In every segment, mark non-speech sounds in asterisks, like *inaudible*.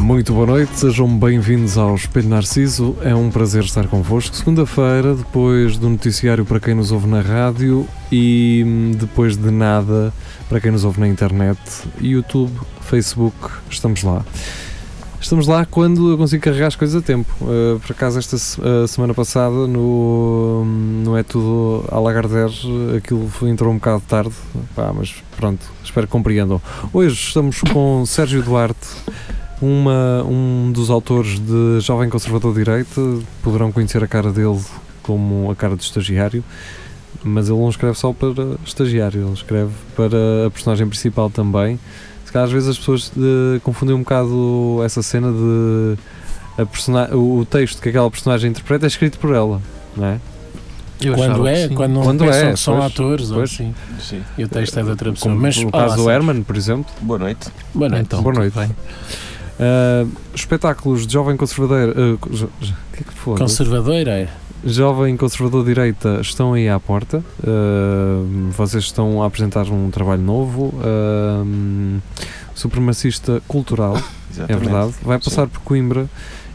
Muito boa noite, sejam bem-vindos ao Espelho Narciso. É um prazer estar convosco. Segunda-feira, depois do noticiário para quem nos ouve na rádio e hum, depois de nada para quem nos ouve na internet, YouTube, Facebook, estamos lá. Estamos lá quando eu consigo carregar as coisas a tempo. Uh, por acaso, esta se- a semana passada, no, no É Tudo à Lagardère, aquilo foi- entrou um bocado tarde, Pá, mas pronto, espero que compreendam. Hoje estamos com Sérgio Duarte, uma, um dos autores de Jovem Conservador de Direita, poderão conhecer a cara dele como a cara de estagiário, mas ele não escreve só para estagiário, ele escreve para a personagem principal também. Se calhar às vezes as pessoas eh, confundem um bocado essa cena de a persona- o o texto que aquela personagem interpreta é escrito por ela, não é? Eu Quando achava é, que sim. quando não Quando pensam é, que são pois, atores ou pois. assim. Sim. E o texto é de outra pessoa. Como Mas no olá, caso do Sérgio. Herman, por exemplo. Boa noite. Boa noite. Então, Boa tudo noite. bem. Ah, espetáculos de jovem conservador. ah, co- jo- jo- que é que foi? Conservadeira é. Jovem Conservador de Direita estão aí à porta. Ahm, vocês estão a apresentar um trabalho novo. ahm, supremacista cultural, é Exatamente. verdade. Vai passar por Coimbra,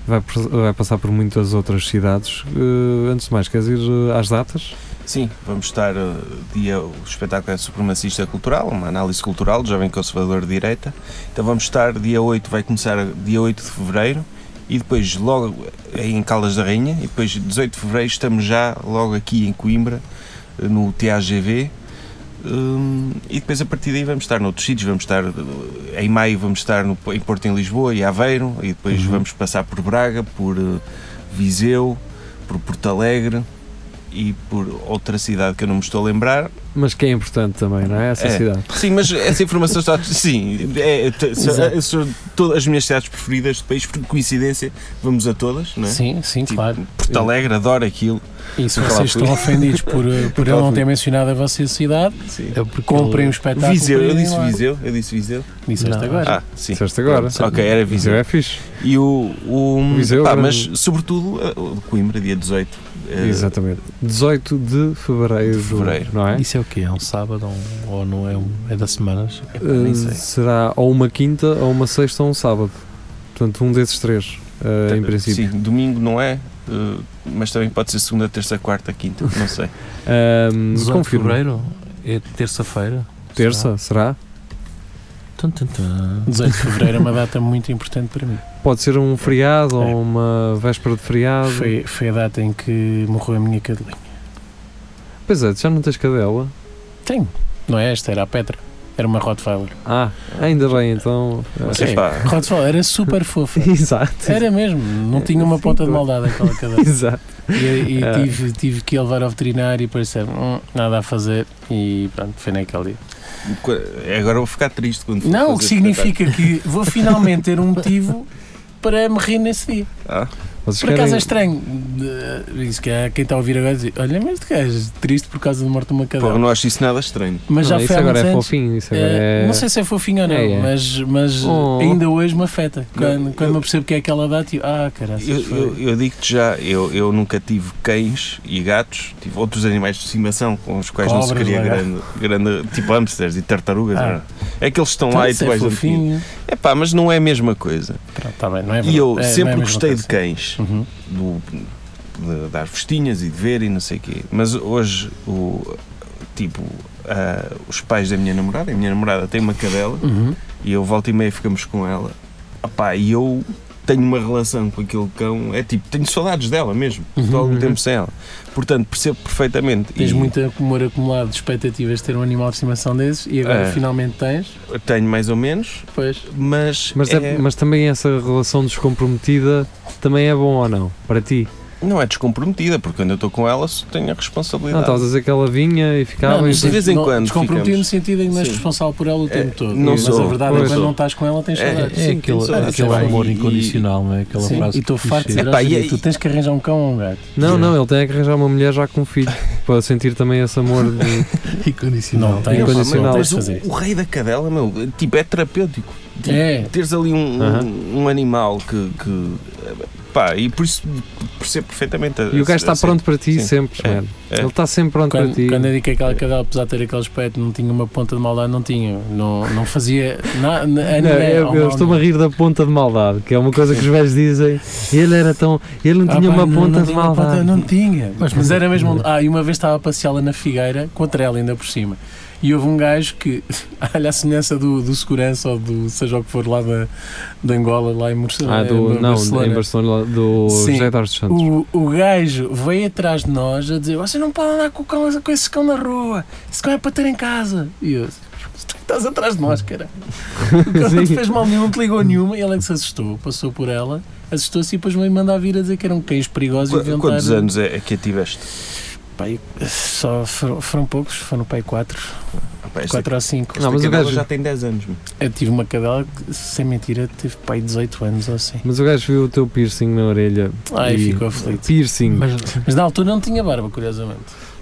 vai, por- vai passar por muitas outras cidades. Ah, antes de mais, queres ir ah, às datas? Sim, vamos estar eh, dia o espetáculo é supremacista cultural, uma análise cultural do jovem conservador de direita. Então vamos estar dia 8, vai começar dia 8 de fevereiro e depois logo eh, em Caldas da Rainha e depois 18 de fevereiro estamos já logo aqui em Coimbra eh, no TAGV. Hum, e depois a partir daí vamos estar noutros sítios, vamos estar eh, em maio vamos estar no, em Porto em Lisboa e Aveiro e depois Uhum. vamos passar por Braga, por eh, Viseu, por Porto Alegre e por outra cidade que eu não me estou a lembrar. Mas que é importante também, não é? Essa É. cidade. Sim, mas essa informação *laughs* está. Sim, é, t- são- Exato. são todas as minhas cidades preferidas do país, por coincidência, vamos a todas, não é? Sim, sim, Tipo, claro. Porto Alegre, adoro aquilo. E se eu vocês falar estão ofendidos por, eh, por ele não ter mencionado a vossa cidade, Sim. É porque comprem o ele- espetáculo. Viseu, para eu irem disse lá. Viseu, eu disse Viseu. Disseste Não. agora. Ah, sim. Disseste agora. Ok, era Viseu Viseu. é fixe. E o. o Viseu, pá, grande- mas sobretudo eh, o de Coimbra, dia 18. eh, Exatamente. 18 de fevereiro, De fevereiro. não é? Isso é o quê? É um sábado um- ou não é, um, é das semanas? epá, nem Uh, sei. será ou uma quinta, ou uma sexta, ou um sábado. Portanto, um desses três, uh, em princípio. Sim, domingo não é, eh, mas também pode ser segunda, terça, quarta, quinta, não sei. Um, 18 de confirmo. fevereiro? É terça-feira? Terça, será? Será? Tum, tum, tum. 18 de fevereiro é uma data muito importante para mim. Pode ser um feriado É. ou uma véspera de feriado. Foi, foi a data em que morreu a minha cadelinha. Pois é, já não tens cadela? Tenho. Não é esta, era a Petra. Era uma Rottweiler. Ah, ainda bem, então. É. Sim. Epá, Rottweiler era super *laughs* fofa. Exato. Era mesmo. Não tinha uma Sim, ponta de claro. maldade aquela cadela. Exato. E, *laughs* e É. tive, tive que ir levar ao veterinário e parecer "Hum, nada a fazer e pronto, foi naquele dia. Qua- Agora vou ficar triste quando for Não, o fazer que significa que vou finalmente ter um motivo para me rir nesse dia. espetáculo. Ah, Vocês Por acaso é querem- estranho. De- Isso que há quem está a ouvir agora dizer, olha, mas tu és triste por causa da morte de uma pô, cadela. não acho isso nada estranho. Mas já Não, foi isso há agora muitos é anos. fofinho, isso agora Eh, é. não sei se é fofinho ou não, É, é. mas, mas Oh. ainda hoje me afeta. Quando, Não, quando eu- me percebo que é aquela data, eu, ah, caralho. Eu, eu, eu digo-te já, eu, eu nunca tive cães e gatos, tive outros animais de estimação com os quais não se Cobras, queria grande, lagarto. grande, tipo hamsters e tartarugas. Ah. não é? É que eles estão lá e Então, tu se é vais fofinho. fofinho. É pá, mas não é a mesma coisa. Pronto, tá bem, não é e verdade. É, eu não é a sempre mesma gostei de coisa. cães, Uhum. do, de dar festinhas e de ver e não sei o quê. Mas hoje, o, tipo, ah, os pais da minha namorada, a minha namorada tem uma cadela Uhum. E eu volta e meia ficamos com ela. Opá, e eu tenho uma relação com aquele cão. É tipo, tenho saudades dela mesmo. Estou há algum tempo sem ela. Portanto, percebo perfeitamente. Tens E muito amor acumulado de expectativas de ter um animal de estimação desses e agora É. finalmente tens. Tenho mais ou menos, Pois. mas. é- é, Mas, é- mas também essa relação descomprometida também é bom ou é não? Para ti? Não é descomprometida, porque quando eu estou com ela só tenho a Não, responsabilidade. estavas a dizer que ela vinha e ficava. não, e de sei, depois- vez em não- quando Descomprometido ficamos. no sentido em que não és Sim. responsável por ela o É, tempo todo. não Mas sou, a verdade é não que quando sou. não estás com ela tens saudades. É, É sim, aquele, tem saudades, aquele pá, e- amor incondicional, não é? Aquela Sim, frase. e estou farto de clichê. dizer Epá, aos e amigos, aí- tu tens que arranjar um cão ou um gato. Não, é. não, ele tem que arranjar uma mulher já com um filho para sentir também esse amor *laughs* de. incondicional. Não tem. Não, mas- incondicional. mas o, Fazer. o rei da cadela, meu, tipo, é terapêutico. É. Teres ali um, Aham. um, um animal que, que. Pá, e por isso percebo perfeitamente. a- assim, E o gajo está a- pronto para ti sim. sempre, É, mano. é. Ele está sempre pronto para ti. Quando, quando eu digo que aquela cadela, apesar de ter aquele aspecto, não tinha uma ponta de maldade, não tinha. Não, não fazia nada. Não, eu eu estou-me a rir da ponta de maldade, que é uma coisa que os velhos dizem. Ele era tão. Ele não tinha uma ponta de maldade. Ah, não tinha. Mas- Mas, era mesmo. Ah, e uma vez estava a passeá-la na Figueira, contra ela ainda por cima. E houve um gajo que, *laughs* olha a semelhança do, do segurança ou do seja o que for lá da, da Angola, lá em Barcelona. Ah, do, É, em não, Barcelona. em Barcelona, do Sim. José Eduardo Santos. O, o gajo veio atrás de nós a dizer: Você não pode andar com, o cão, com esse cão na rua, esse cão é para ter em casa. E eu: "Tu Estás atrás de nós, cara. O cão não te fez mal nenhum, não te ligou nenhuma. E ela é que se assustou, passou por ela, assustou-se e depois veio mandar vir a dizer que eram cães perigosos e Qu- deviam Quantos estar- anos é, é que a tiveste? Pá, eu- Só foram, foram poucos, foram para aí 4, Ah, pá, esta- 4 ou 5. Não, mas o cadela gajo- já tem 10 anos. meu. Eu tive uma cadela que, sem mentira, teve pai 18 anos ou assim. Mas o gajo viu o teu piercing na orelha. Ai, e- ficou aflito. Piercing. Mas, Mas na altura não tinha barba, curiosamente.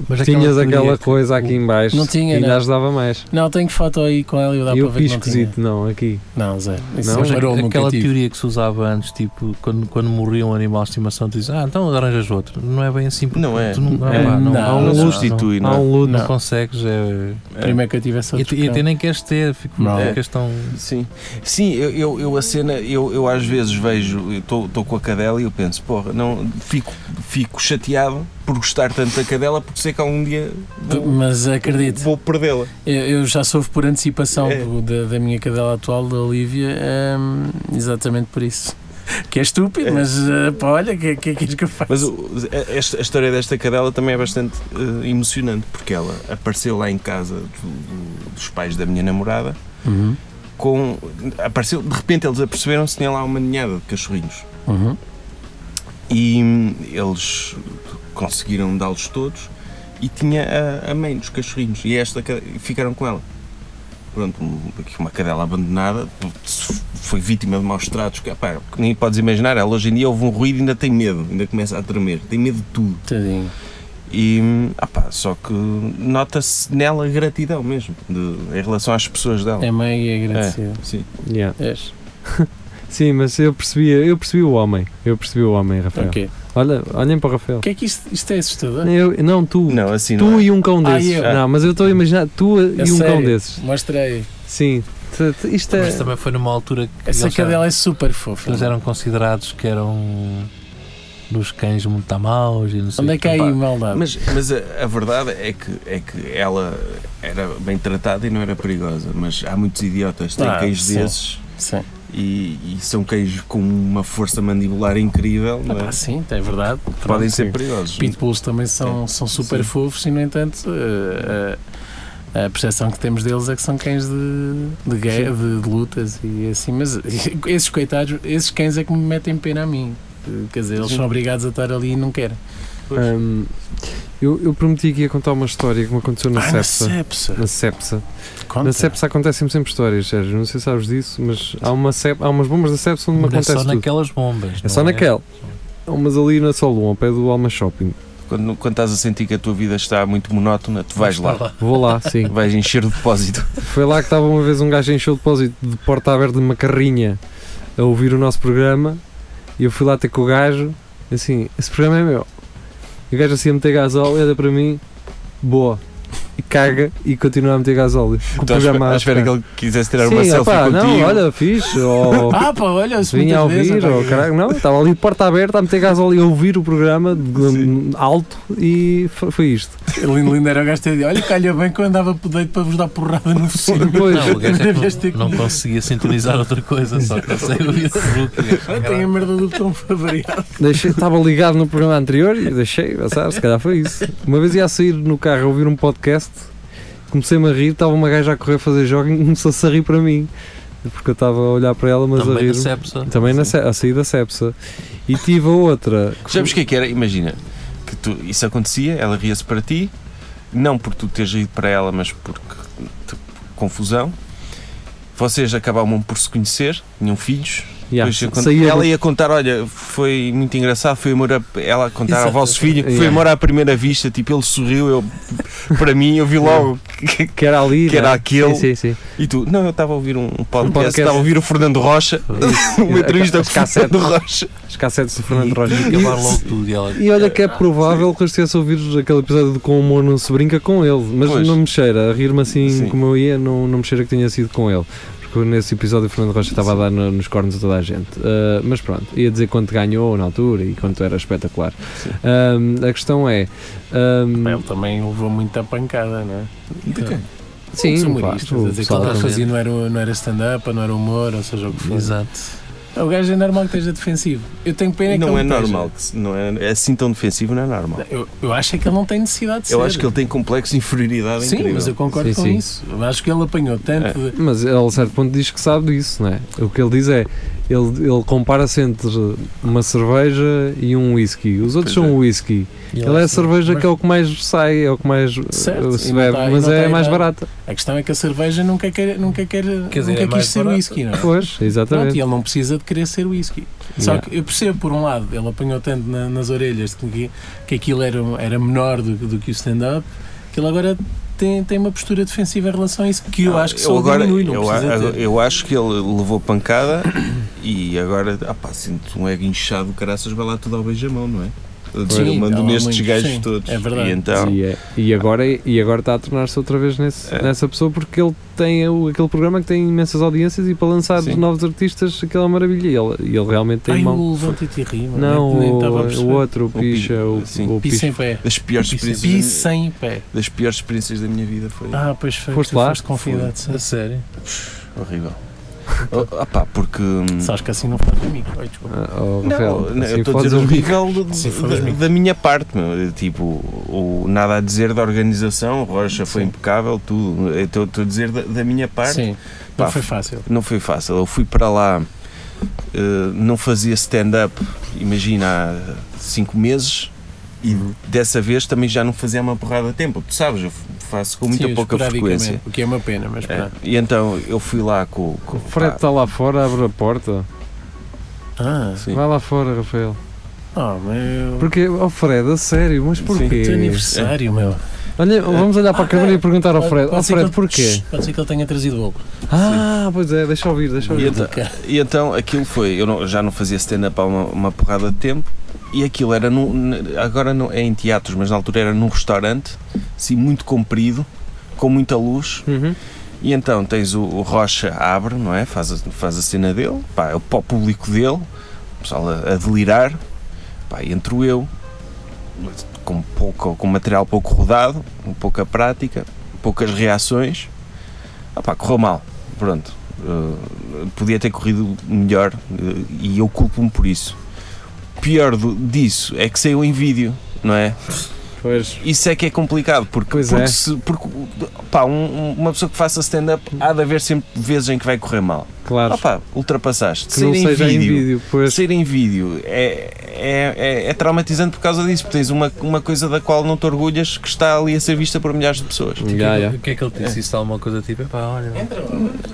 mas Tinhas aquela teoria- coisa aqui em baixo Não tinha, e não. ainda ajudava mais. Não, tenho foto aí com ela e dá e para o ver que não tinha. piscozito, não, aqui. Não, Zé. Isso Não? não, Mas é aqu- aroma aquela que eu tive. teoria que se usava antes, tipo, quando, quando morria um animal de estimação, tu dizes, ah, então arranjas outro. Não é bem assim, porque Não é. tu não, É, pá, não, há um não luto. substitui, não, Há é? um não, luto. Não. consegues. É, Primeiro que eu tive essa e, até- e até nem queres ter, fico, Não. ficas tão. Sim, sim eu, eu, eu a cena, eu, eu às vezes vejo, estou com a cadela e eu penso, porra, não, fico, fico chateado por gostar tanto da cadela porque sei que há um dia Tu- vou, Mas acredito, vou perdê-la. eu, eu já soube por antecipação É. do- da, da minha cadela atual, da Olivia, hum, exatamente por isso. Que é estúpido, É. mas eh, pá, olha, o que, que é que és que eu faço? Mas o- a, esta- a história desta cadela também é bastante eh, emocionante porque ela apareceu lá em casa do- do- dos pais da minha namorada Uhum, com. Apareceu, de repente eles aperceberam-se que tinha lá uma ninhada de cachorrinhos. uhum. e hum, eles conseguiram dá-los todos e tinha a, a mãe dos cachorrinhos e esta ca- ficaram com ela. Pronto, um- aqui uma cadela abandonada, se foi vítima de maus tratos, que, pá, que nem podes imaginar, ela hoje em dia ouve um ruído e ainda tem medo, ainda começa a tremer, tem medo de tudo. Tadinho. E, hum, ah pá, só que nota-se nela gratidão mesmo, de- em relação às pessoas dela. É mãe e é agradecida. Sim. Yeah. És. *laughs* Sim, mas eu percebi, eu percebi o homem. Eu percebi o homem, Rafael. Ok. Olha, olhem para o Rafael. O que é que isto, isto é assustador? Eu- É. não, tu. Não, assim Tu não. é. e um cão Ah, desses. eu. Não, mas eu estou a imaginar tu e um cão sério? desses. Mostra aí. Sim. T- t- Isto é. Mas também foi numa altura que Essa eles, eram- cadela é super fofa. eles eram considerados que eram dos cães muito maus e não sei Onde é que há aí Pá, maldade? Mas, mas a, a verdade é que, é que ela era bem tratada e não era perigosa, mas há muitos idiotas que têm Ah, cães sim. desses Sim. e, e são cães com uma força mandibular incrível, Ah, não é? pá, sim, é verdade. podem Pronto, sim. ser perigosos. Pitbulls também são, são super Sim. fofos e, no entanto, eh, eh, a percepção que temos deles é que são cães de, de guerra, de, de lutas e assim. Mas *laughs* esses coitados, esses cães é que me metem pena a mim. Eh, Quer dizer, eles Sim. são obrigados a estar ali e não querem. Hum, eu, eu prometi que ia contar uma história que me aconteceu na Ah, Cepsa. sepsa. Na Cepsa. Conta. Na Cepsa acontecem sempre histórias, Sérgio. Não sei se sabes disso, mas há, uma cep... há umas bombas da Cepsa onde me Mas é acontece só tudo. naquelas bombas. É só não naquela. Mas ali na Solon, ao pé do Alma Shopping. Quando, quando estás a sentir que a tua vida está muito monótona, tu vais lá, Vou lá, sim. vais encher o depósito. Foi lá que estava uma vez um gajo em encheu o depósito de porta aberta de uma carrinha a ouvir o nosso programa e eu fui lá ter com o gajo assim, esse programa é meu. E o gajo assim a meter gás óleo, olha para mim, boa. E caga e continua a meter gás óleo. Com o Estás programa Então, à a espera que tocar. ele quisesse tirar Sim, uma selfie opá, contigo. não, olha, fixe. *laughs* Ou Ah, pá, olha, se vinha a muitas vezes, ouvir, ah, pá, oh, ou caralho, não, estava ali de porta aberta a meter gás óleo a ouvir o programa de- Sim. alto e fo- foi isto. Lindo, lindo era o gajo ter dito, olha, calha bem que eu andava por deito para vos dar porrada *laughs* no focinho. Depois, *laughs* Não, o gajo é que Devias ter que- não, não conseguia sintonizar outra coisa, *laughs* só consegue ouvir é. Ah, Tem a o merda do botão *laughs* favorito. Deixei- estava ligado no programa anterior e deixei passar, se calhar foi isso. Uma vez ia a sair no carro a ouvir um podcast, comecei-me a rir, estava uma gaja a correr a fazer jogging e começou-se a rir para mim. porque eu estava a olhar para ela, mas a Também rir. na Cepsa. Também na se- a saída sepsa. E tive a outra. que Sabes o que é que era? Imagina que tu, isso acontecia, ela ria-se para ti, não por tu teres ido para ela, mas porque tipo, confusão. Vocês acabavam por se conhecer, tinham filhos. foi- Yeah, Depois, quando- saía ela do- ia contar, olha, foi muito engraçado, foi amor a, ela a contar ao Exato. vosso filho, que foi Yeah. amor à primeira vista, tipo, ele sorriu, eu, *laughs* para mim, eu vi logo que, que era ali. que era né? aquele. Sim, sim, sim. E tu, não, eu estava a ouvir um podcast, podcast. Uhum. estava a ouvir o Fernando Rocha, *laughs* uma entrevista As com o Fernando Rocha. As cassetes do Fernando é Rocha. Acabar logo tudo e ela. E olha que é provável que eu estivesse a ouvir aquele episódio de Com o Humor Não Se Brinca com ele, mas Pois. não me cheira, a rir-me assim Sim. como eu ia, não, não me cheira que tenha sido com ele. Porque nesse episódio o Fernando Rocha estava a dar no- nos cornos a toda a gente. Ah, mas pronto, ia dizer quanto ganhou na altura e quanto era espetacular. Ah, a questão é. ah, Ele também levou muita pancada, não é? Uhum. sim, Os claro, humoristas, a o dizer que pessoal ele tá também- fazia não era, não era stand-up, não era humor, ou seja, o que for. Exato. O gajo é normal que esteja defensivo. Eu tenho pena que Não ele é esteja. normal, que se- não é, é assim tão defensivo, não é normal. Eu, eu acho é que ele não tem necessidade de ser. Eu acho que ele tem complexo de inferioridade Sim, incrível. mas eu concordo é- Sim, com sim. isso. Eu acho que ele apanhou tanto É. de. Mas ele, a certo ponto, diz que sabe disso, não é? O que ele diz é: ele, ele compara-se entre uma cerveja e um whisky. Os outros Pois são é. whisky. E Ele é a cerveja mas- que é o que mais sai, é o que mais uh, Certo, se e não bebe, tá- e mas não tá é aí mais nada. barata. A questão é que a cerveja nunca quer, nunca quer, Quer dizer, nunca é mais quis ser barata. whisky, *laughs* não é? Pois, Pronto, e exatamente. ele não precisa de querer ser whisky. Só Yeah. que eu percebo, por um lado, ele apanhou tanto na- nas orelhas que, que aquilo era, era menor do, do que o stand-up, que ele agora tem, tem uma postura defensiva em relação a isso, que eu Ah, acho que só diminui, não eu, precisa a- ter. eu acho que ele levou pancada *coughs* e agora, ah pá, sinto um ego inchado, caraças, vai lá tudo ao beijamão, não é? Sim, Mando há nestes muitos, gajos sim, todos. é verdade. E então, E, é- e agora, e agora está a tornar-se outra vez nesse- É. nessa pessoa porque ele tem o- aquele programa que tem imensas audiências e para lançar Sim. novos artistas aquela maravilha. E ele, e ele realmente tem Ai, mão. o levanta-te e rima. Não, nem, nem o, estava a o perceber. outro, o Pi- Picha, o, sim. o Piso Picha. em pé. das piores experiências, Piso em pé. da- das piores experiências da minha vida foi Ah, pois foi. Foste tu lá? Foste convidado. sim. A sério. horrível. Oh, ah pá, porque. hum, Sabes que assim não faz comigo. Ai, desculpa. Ah, oh, Não, Rafael, não, assim eu estou a fodes dizer um o nível do- Sim, um foi da, horrível. da minha parte, meu. tipo, o, nada a dizer da organização, o Rocha foi Sim. impecável, tudo. Eu Estou estou a dizer da, da minha parte, Sim, Pá, não foi fácil. não foi fácil. Eu fui para lá, eh, não fazia stand-up, imagina, há 5 meses. E dessa vez também já não fazia uma porrada de tempo. Tu sabes, eu faço com muita Sim, pouca esporadicamente, frequência. O que é uma pena, mas É, pronto. e então eu fui lá com, com O Fred pá, está lá fora, abre a porta. Ah, sim. Vai lá fora, Rafael. oh, meu. Porque, oh Fred, a sério, mas porquê? Teu aniversário, meu. Olha, vamos olhar para a Ah, câmera e é. perguntar ao Fred. Ó Pode ser que Fred, ele- porquê? Shhh, Pode ser que ele tenha trazido bolo. Ah, pois é, deixa ouvir, deixa E ouvir. então, e então aquilo foi, eu não- já não fazia stand-up há uma, uma porrada de tempo e aquilo era num, n- agora não é em teatros, mas na altura era num restaurante, assim muito comprido, com muita luz, Uhum. e então tens o, o Rocha abre, não é? Faz a, faz a cena dele, pá, é o pó público dele, o pessoal a, a delirar, pá, e entro eu, com, pouco, com material pouco rodado, com pouca prática, poucas reações, ah, pá, correu mal, pronto. Eh, podia ter corrido melhor eh, e eu culpo-me por isso. Pior do- disso é que saiu em vídeo, não é? Pois. Isso é que é complicado, porque, Pois porque é. se- porque, pá, um- um- uma pessoa que faça stand-up há de haver sempre vezes em que vai correr mal. Claro. Ah pá, ultrapassaste. que não Sair em seja em vídeo, vídeo, pois. sair em vídeo é, é, é, é traumatizante por causa disso, porque tens uma, uma coisa da qual não te orgulhas que está ali a ser vista por milhares de pessoas. Já, já. O que é que ele disse? Isso alguma coisa tipo, epá, olha.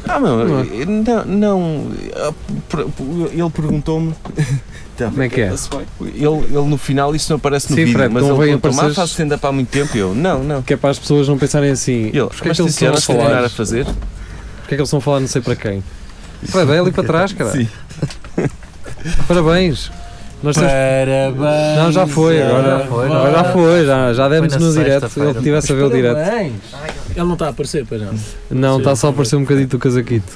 Ah, meu, é? não, não. ah, per- Ele perguntou-me. Então, Como é que é? Ele, ele no final, isso não aparece no Sim, vídeo, Fred, mas convém ele perguntou-me, ah, apareceres- faço stand-up há muito tempo e eu, não, não. Que é para as pessoas não pensarem assim. E Ele, Porquê é mas que eles este estão ano a estão a falar? fazer? Porquê é que eles estão a falar não sei para quem? Fred, vai ali para trás, cara. Sim. *laughs* Parabéns. Nós temos- Parabéns. Não, já foi, agora agora já foi, agora já, foi, já, já demos Foi na no direto. sexta-feira. Ele estivesse a ver o direto. Ele não está a aparecer, pois não. Tá Não, Sim. está só a aparecer um bocadinho do casaquito.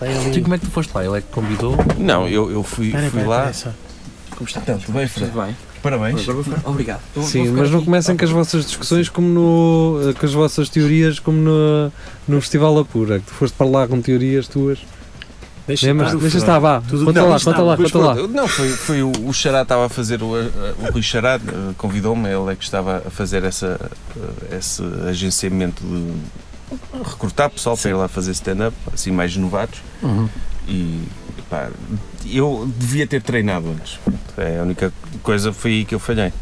Tipo, Tu como é que tu foste lá? Ele é que convidou? Não, eu, eu fui, Espera, fui espera, lá. espera É só. Como está? Então, tudo bem, Fred? Tudo bem? Parabéns. Agora vou ficar- Obrigado. Eu vou- Sim, vou mas ficar não aqui. comecem com as vossas discussões como no. com as vossas teorias como no, no Festival Apura, que tu foste para lá com teorias tuas. Deixa Lembras? estar o Deixa Fernando. estar, vá. Tudo- Conta não, lá, está, conta lá, Pois conta lá. pronto, Não, foi, foi o, o Xará estava a fazer, o, o Rui Xará eh, convidou-me, ele é que estava a fazer essa, eh, esse agenciamento de, recrutar pessoal para ir lá fazer stand-up, assim, mais novatos. Uhum. E pá, eu devia ter treinado antes. É a única coisa foi aí que eu falhei.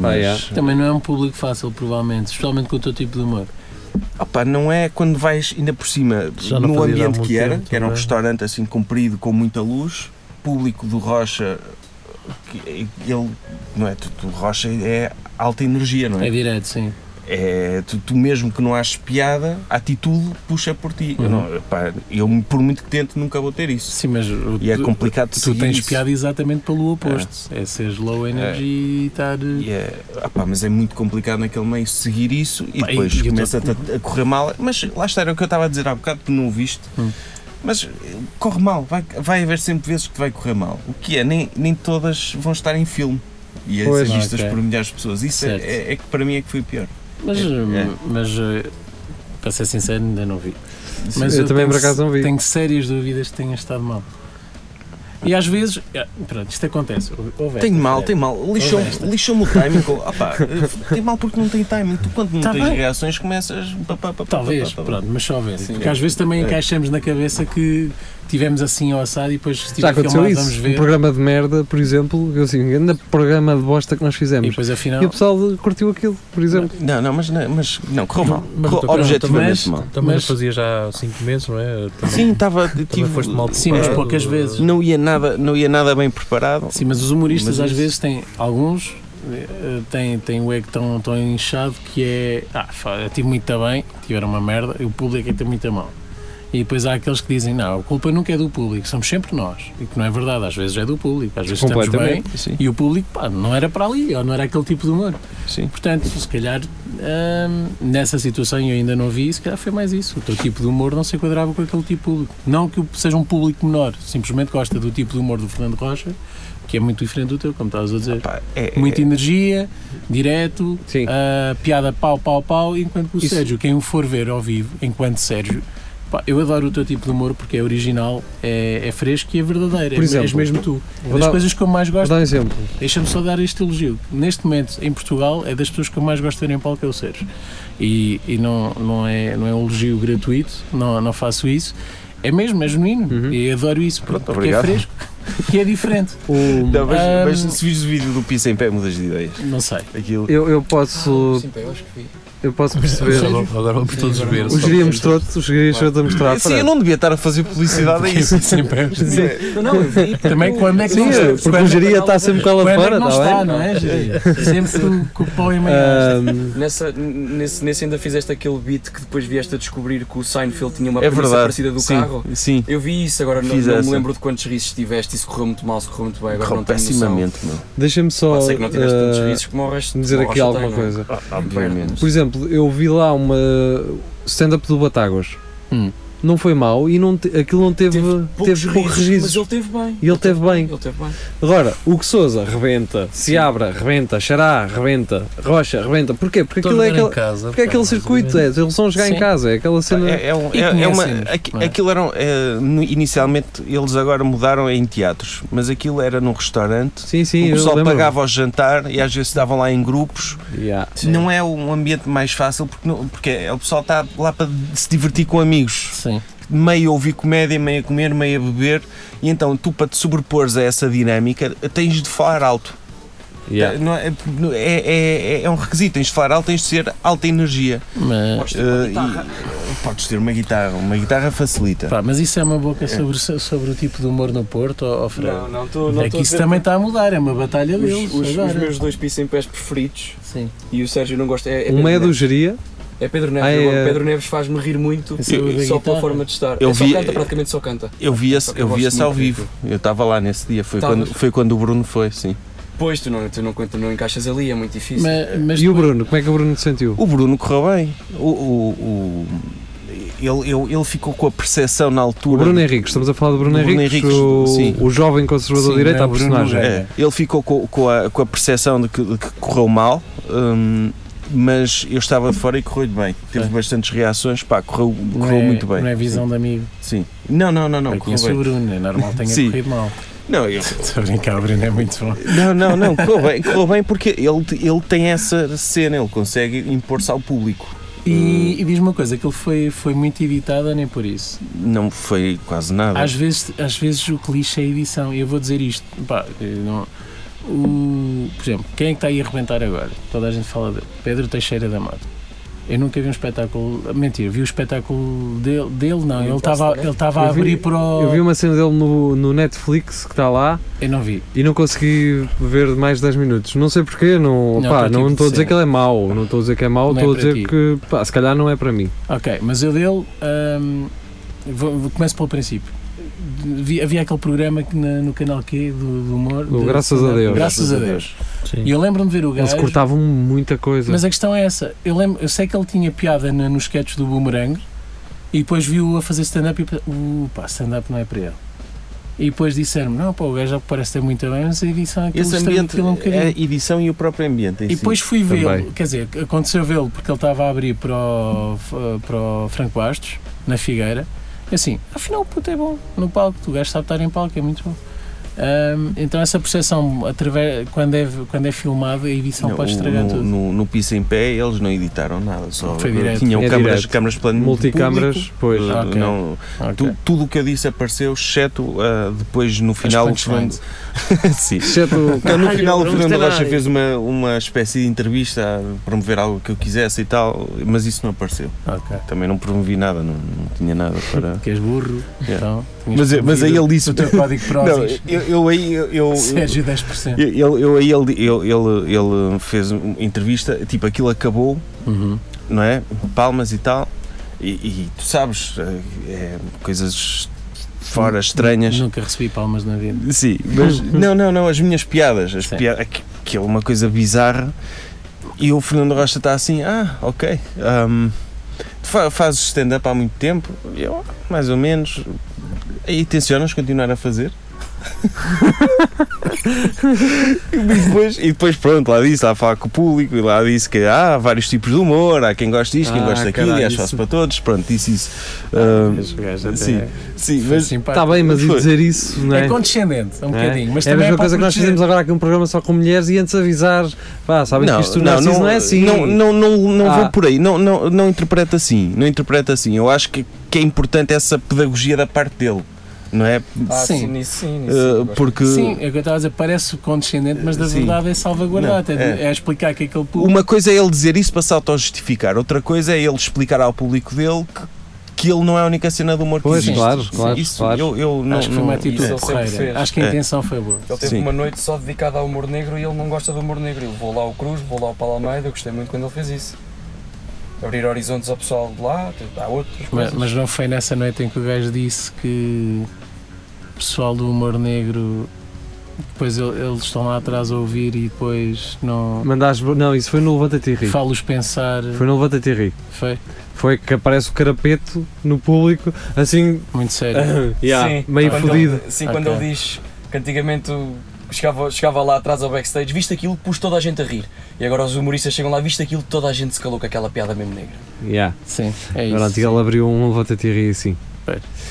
Pá, é. Mas Também não é um público fácil, provavelmente, especialmente com o teu tipo de humor. opá, não é quando vais ainda por cima Já não no fazia há ambiente muito que era, tempo, que era um não é? restaurante assim comprido com muita luz, público do Rocha, que ele não é, tu, tu Rocha é alta energia, não É direto, sim. é, tu, tu mesmo que não aches piada, a atitude puxa por ti. Eu, Uhum. não- pá, eu, por muito que tente, nunca vou ter isso. Sim, mas o- E é complicado tu, tu seguir tens isso. piada exatamente pelo oposto. É, seres low energy e estar. eh, E é- ah pá, mas é muito complicado naquele meio seguir isso e Pá, e- depois e eu tô- começa-te a, a correr mal. Mas lá está, era o que eu estava a dizer há bocado, tu não o viste. Hum. Mas eh, corre mal, vai, vai haver sempre vezes que vai correr mal. O que é, nem, nem todas vão estar em filme e a Pois. ser vistas Ok. por milhares de pessoas. Isso é, Certo. é- é que para mim é que foi o pior. Mas, hum, É, é. mas eh, para ser sincero, ainda não vi. Isso eu também, tenho por acaso, se- não vi. Tenho sérias dúvidas que tenha estado mal. E às vezes. é, Pronto, isto acontece. Houve- houve Tem esta, mal, é. tem mal. Lixou- esta. *laughs* Lixou-me o timing. com- Ah *laughs* pá, tem mal porque não tem timing. Tu quando não Tá tens bem. reações começas. pá, pá, pá, pá, Talvez, pá, pá, pá. pronto, mas só ver. tá Sim. Porque às vezes também É. encaixamos na cabeça que tivemos assim ao assado e depois se Já tiver aconteceu filmado, vamos isso. Um ver. programa de merda, por exemplo, eu assim, ainda programa de bosta que nós e fizemos. depois afinal. E o pessoal curtiu aquilo, por exemplo. Não, não, mas não, mas, não correu mal. Mas Correu tu- objetivamente mas- tá- mal. Também Mas- não fazia já há 5 meses, não é? Também, *laughs* Sim, estava. também Tive, foste mal Sim, mas eh, preparado, poucas eh, vezes. Não ia, nada, não ia nada bem preparado. Sim, mas os humoristas Mas às isso- vezes têm alguns eh, têm, têm o ego tão, tão inchado que é ah, fa- eu tive muito bem, tiveram uma merda, e o público é que tem muito mal. E depois há aqueles que dizem, não, a culpa nunca é do público, somos sempre nós. E que não é verdade, às vezes é do público, às vezes estamos bem Completamente. Sim, e o público pá, não era para ali, ou não era aquele tipo de humor. sim. Portanto, se calhar hum, nessa situação eu ainda não vi, se calhar foi mais isso. O teu tipo de humor não se enquadrava com aquele tipo de público. Não que seja um público menor, simplesmente gosta do tipo de humor do Fernando Rocha, que é muito diferente do teu, como estavas a dizer. Pá, é, Muita é- energia, direto, Sim. ah, piada pau, pau, pau, enquanto que o Isso. Sérgio, quem o for ver ao vivo, enquanto Sérgio, pá, eu adoro o teu tipo de humor porque é original, é, é fresco e é verdadeiro. Por é, és exemplo, mesmo tu. Vou das dar, coisas que eu mais vou gosto dar um exemplo. Deixa-me só dar este elogio. Neste momento, em Portugal, é das pessoas que eu mais gosto de ver em palco é o Sérgio. E, e não, não, é, não é um elogio gratuito, não, não faço isso. É mesmo, é genuíno. Uhum. E adoro isso, porque, Pronto, porque é obrigado. fresco e é diferente. O- Não, mas, Ahm. mas então, se vires o vídeo do Pisa em Pé, mudas de ideias. É, Não sei. Aquilo. eu, eu posso. Então, Eu posso perceber. Agora, agora vamos todos ver. O Geria mostrou-te, o Geria mostrou-te a mostrar. Sim, eu não devia estar a fazer *laughs* publicidade É a isso. Sempre. Não, não, eu vi. Também quando é que Sim, não é, porque o Geria está sempre com ela Quando é fora, que não está está, bem? Ah. não é, Geria? Sempre tu com o pau em meio. Ahm, Nessa, n- nesse, nesse ainda fizeste aquele beat que depois vieste a descobrir que o Seinfeld tinha uma É premissa verdade. parecida do sim, carro. Sim. Eu vi isso, agora não, Fiz não me essa. lembro de quantos risos tiveste e se correu muito mal, se correu muito bem, agora Correu não tenho noção. pessimamente, Oh, eh, meu. Ah, Deixa-me só Pá, sei que não tiveste tantos ah, risos como o resto. dizer como o aqui resto alguma tem, não é? coisa. Obviamente. Por exemplo, eu vi lá uma stand-up do Batáguas. Hum. Não foi mau e não te- aquilo não teve, Teve poucos teve poucos risos, mas registros. ele teve bem. E ele teve bem. Ele teve bem. Agora, o que Souza rebenta, Seabra rebenta, Xará rebenta, Rocha rebenta. Porquê? Porque aquilo é aquele, porque é aquele circuito, é, eles vão jogar Sim. em casa, é aquela cena. É, é um- E é- é uma, conhecem-nos, aqui- não é? Aquilo eram. é, no- inicialmente eles agora mudaram em teatros, mas aquilo era num restaurante. Sim, sim, o eu pessoal lembro. pagava ao jantar e às vezes davam lá em grupos. Yeah. Não é um ambiente mais fácil porque, não- porque é- o pessoal está lá para se divertir com amigos, Sim. meio a ouvir comédia, meio a comer, meio a beber. E então tu, para te sobrepores a essa dinâmica, tens de falar alto. Yeah. Não é, não- é- é- é um requisito, tens de falar alto, tens de ser alta energia. Mas, Podes ter uma Eh, guitarra. e- podes ter uma guitarra, uma guitarra facilita. pá, mas isso é uma boca sobre, sobre o tipo de humor no Porto, ó ó, Fred? Não, não estou é que isso também está a mudar, é uma batalha deles. os, os, os agora. meus dois pisos em pés preferidos Sim. e o Sérgio não Um gosta. É, é Uma é Pedro do Neves. Geria, É Pedro Neves. Ah, é- agora. Pedro Neves faz-me rir muito Esse é o da só pela guitarra. forma de estar. Eu É, vi- só canta, praticamente só canta. Eu vi esse, Eu eu vi gosto esse ao muito vivo. Eu estava lá nesse dia. Foi Estavas? quando, foi quando o Bruno foi, sim. Pois, tu não, tu não, tu não encaixas ali, é muito difícil. Mas, mas e o depois- Bruno, como é que o Bruno se sentiu? O Bruno correu bem. O, o- o- ele, ele, ele ficou com a percepção na altura. O Bruno é Henriques, estamos a falar do Bruno, Bruno Henriques, Henriques, o, sim. o jovem conservador Sim, de direito não é à o Bruno personagem. Nogueira. É, ele ficou com, com a, com a percepção de que, de que correu mal, hum, mas eu estava de fora e correu bem. Teve Ok. bastantes reações, pá, correu, É. não correu é- muito bem. Não é visão de amigo. Sim. Não, não, não, não, Eu correu conheço o bem. Bruno, é normal que tenha Sim. corrido mal. *laughs* Não, eu- Estou a brincar, o Bruno é muito bom. Não, não, não, correu bem, correu bem porque ele, ele tem essa cena, ele consegue impor-se ao público. E, e diz uma coisa, aquilo foi, foi muito editado, ou nem por isso. Não foi quase nada. Às vezes, às vezes o clichê é edição, e eu vou dizer isto. Pá, eu não- o, por exemplo, quem é que está aí a arrebentar agora? Toda a gente fala de Pedro Teixeira da Mata. Eu nunca vi um espetáculo. Mentira, vi o espetáculo dele, dele não. Ele estava ele estava a Eu vi- abrir para o. Eu vi uma cena dele no, no Netflix que está lá Eu não vi. e não consegui ver mais 10 minutos. Não sei porquê, não, Não é pá, teu não tipo estou a de dizer cena. que ele é mau, não estou a dizer que é mau, Não é estou a para dizer ti. que pá, se calhar não é para mim. Ok, mas eu dele. hum, vou, vou- começo pelo princípio. Vi- havia aquele programa que na- no canal Q do, do humor. Do de- Graças a Deus. Graças a Deus. E Sim. eu lembro-me de ver o Eles gajo. cortavam muita coisa. Mas a questão é essa. Eu, lembro, eu sei que ele tinha piada na- nos sketches do Boomerang e depois viu-o a fazer stand-up e pensei, uh, pá, stand-up não é para ele. E depois disseram-me, não, pá, o gajo já parece ter muito bem, mas a edição é que Esse ele ambiente, é um bocadinho. a edição e o próprio ambiente em e si. depois fui também. vê-lo, quer dizer, aconteceu vê-lo porque ele estava a abrir para o, para o Franco Bastos, na Figueira, e assim, afinal o puto é bom no palco, o gajo sabe estar em palco, é muito bom. Ahm, então essa percepção, através, quando, é, quando é filmado, a edição Não, pode o- estragar no, tudo. No, no piso em pé eles não editaram nada, só Foi direto. tinham É câmaras, direto. câmaras de plano Multicâmaras, pois. público, Ah, ok. não- Ok. tu- tudo o que eu disse apareceu, exceto ah, depois no final o Fernando. punchlines. *laughs* Sim. Exceto Então, no Ai, final, o eu não Fernando gostei nada Rocha disso. fez uma, uma espécie de entrevista a promover algo que eu quisesse e tal, mas isso não apareceu. Ok. Também não promovi nada, não, não tinha nada *laughs* para. Que és burro. Yeah. Então, tinhas mas, é- que mas aí ouvir ele disse. o teu código *laughs* Não, Prozis. eu, eu aí. Eu, eu, Sérgio 10%. eu- eu- eu aí ele, ele, ele, ele fez uma entrevista, tipo, aquilo acabou, Uhum. não é? Palmas e tal. E, e tu sabes, é, é, coisas fora estranhas. Nunca recebi palmas na vida. Sim, mas não, não, não, as minhas piadas, as Sim. piadas, aqu- aquilo é uma coisa bizarra. E o Fernando Rocha está assim, ah, ok. ahm, tu fa- fazes stand-up há muito tempo, E eu, "Ah, mais ou menos. E tencionas continuar a fazer? *laughs* e, depois, e depois, pronto, lá disse, lá fala com o público, e lá disse que "Ah, há vários tipos de humor, há quem gosta disto, quem Ah, gosta daquilo, e caralho, há espaço isso- para todos, pronto, disse isso. Ah, Ahm, Esse gajo até Ah, sim, é- sim, foi mas simpático. Está Tá bem, mas e Foi. dizer isso, não é? É condescendente, um Não é? bocadinho. Mas é a também mesma é para coisa que nós proteger. fizemos agora aqui um programa só com mulheres e antes avisar, pá, sabes que isto não, não, não, é assim. Não, não, não, não Ah. vou por aí. Não, não, não interpreta assim. Não interpreta assim. Eu acho que, que é importante essa pedagogia da parte dele, não é? Ah, sim, Sim. nisso sim, nisso sim, Uh, gosto. porque Sim, é o que eu estava a dizer, parece condescendente, mas da Sim. verdade é salvaguardado. Não, é, de- é. é explicar que aquele público. uma coisa é ele dizer isso para se auto-justificar, outra coisa é ele explicar ao público dele que, que ele não é a única cena do humor que Pois, existe. claro, claro, Isso claro. eu, eu não. Acho que foi uma não- atitude isso ele sempre fez. porreira. Acho que a É. intenção foi boa. Ele teve Sim. uma noite só dedicada ao humor negro e ele não gosta do humor negro. Ele vou lá ao Cruz, vou lá ao Palameda, eu gostei muito quando ele fez isso. Abrir horizontes ao pessoal de lá, tipo, há outras Mas, coisas. mas não foi nessa noite em que o gajo disse que o pessoal do humor negro. Depois ele- eles estão lá atrás a ouvir e depois não. Mandaste, não, isso foi no Levanta-te e Ri. Falo-os pensar. Foi no Levanta-te e Ri. Foi? Foi que aparece o carapeto no público, *coughs* assim, Muito sério. yeah, Sim, meio quando fodido. ele- Sim, quando Ok. ele diz que antigamente o- chegava, chegava lá atrás ao backstage, viste aquilo, pus toda a gente a rir. E agora os humoristas chegam lá, viste aquilo, toda a gente se calou com aquela piada mesmo negra. Yeah. Sim, é Ah. Agora, isso. antiga, ele abriu um Levanta-te e Ri assim.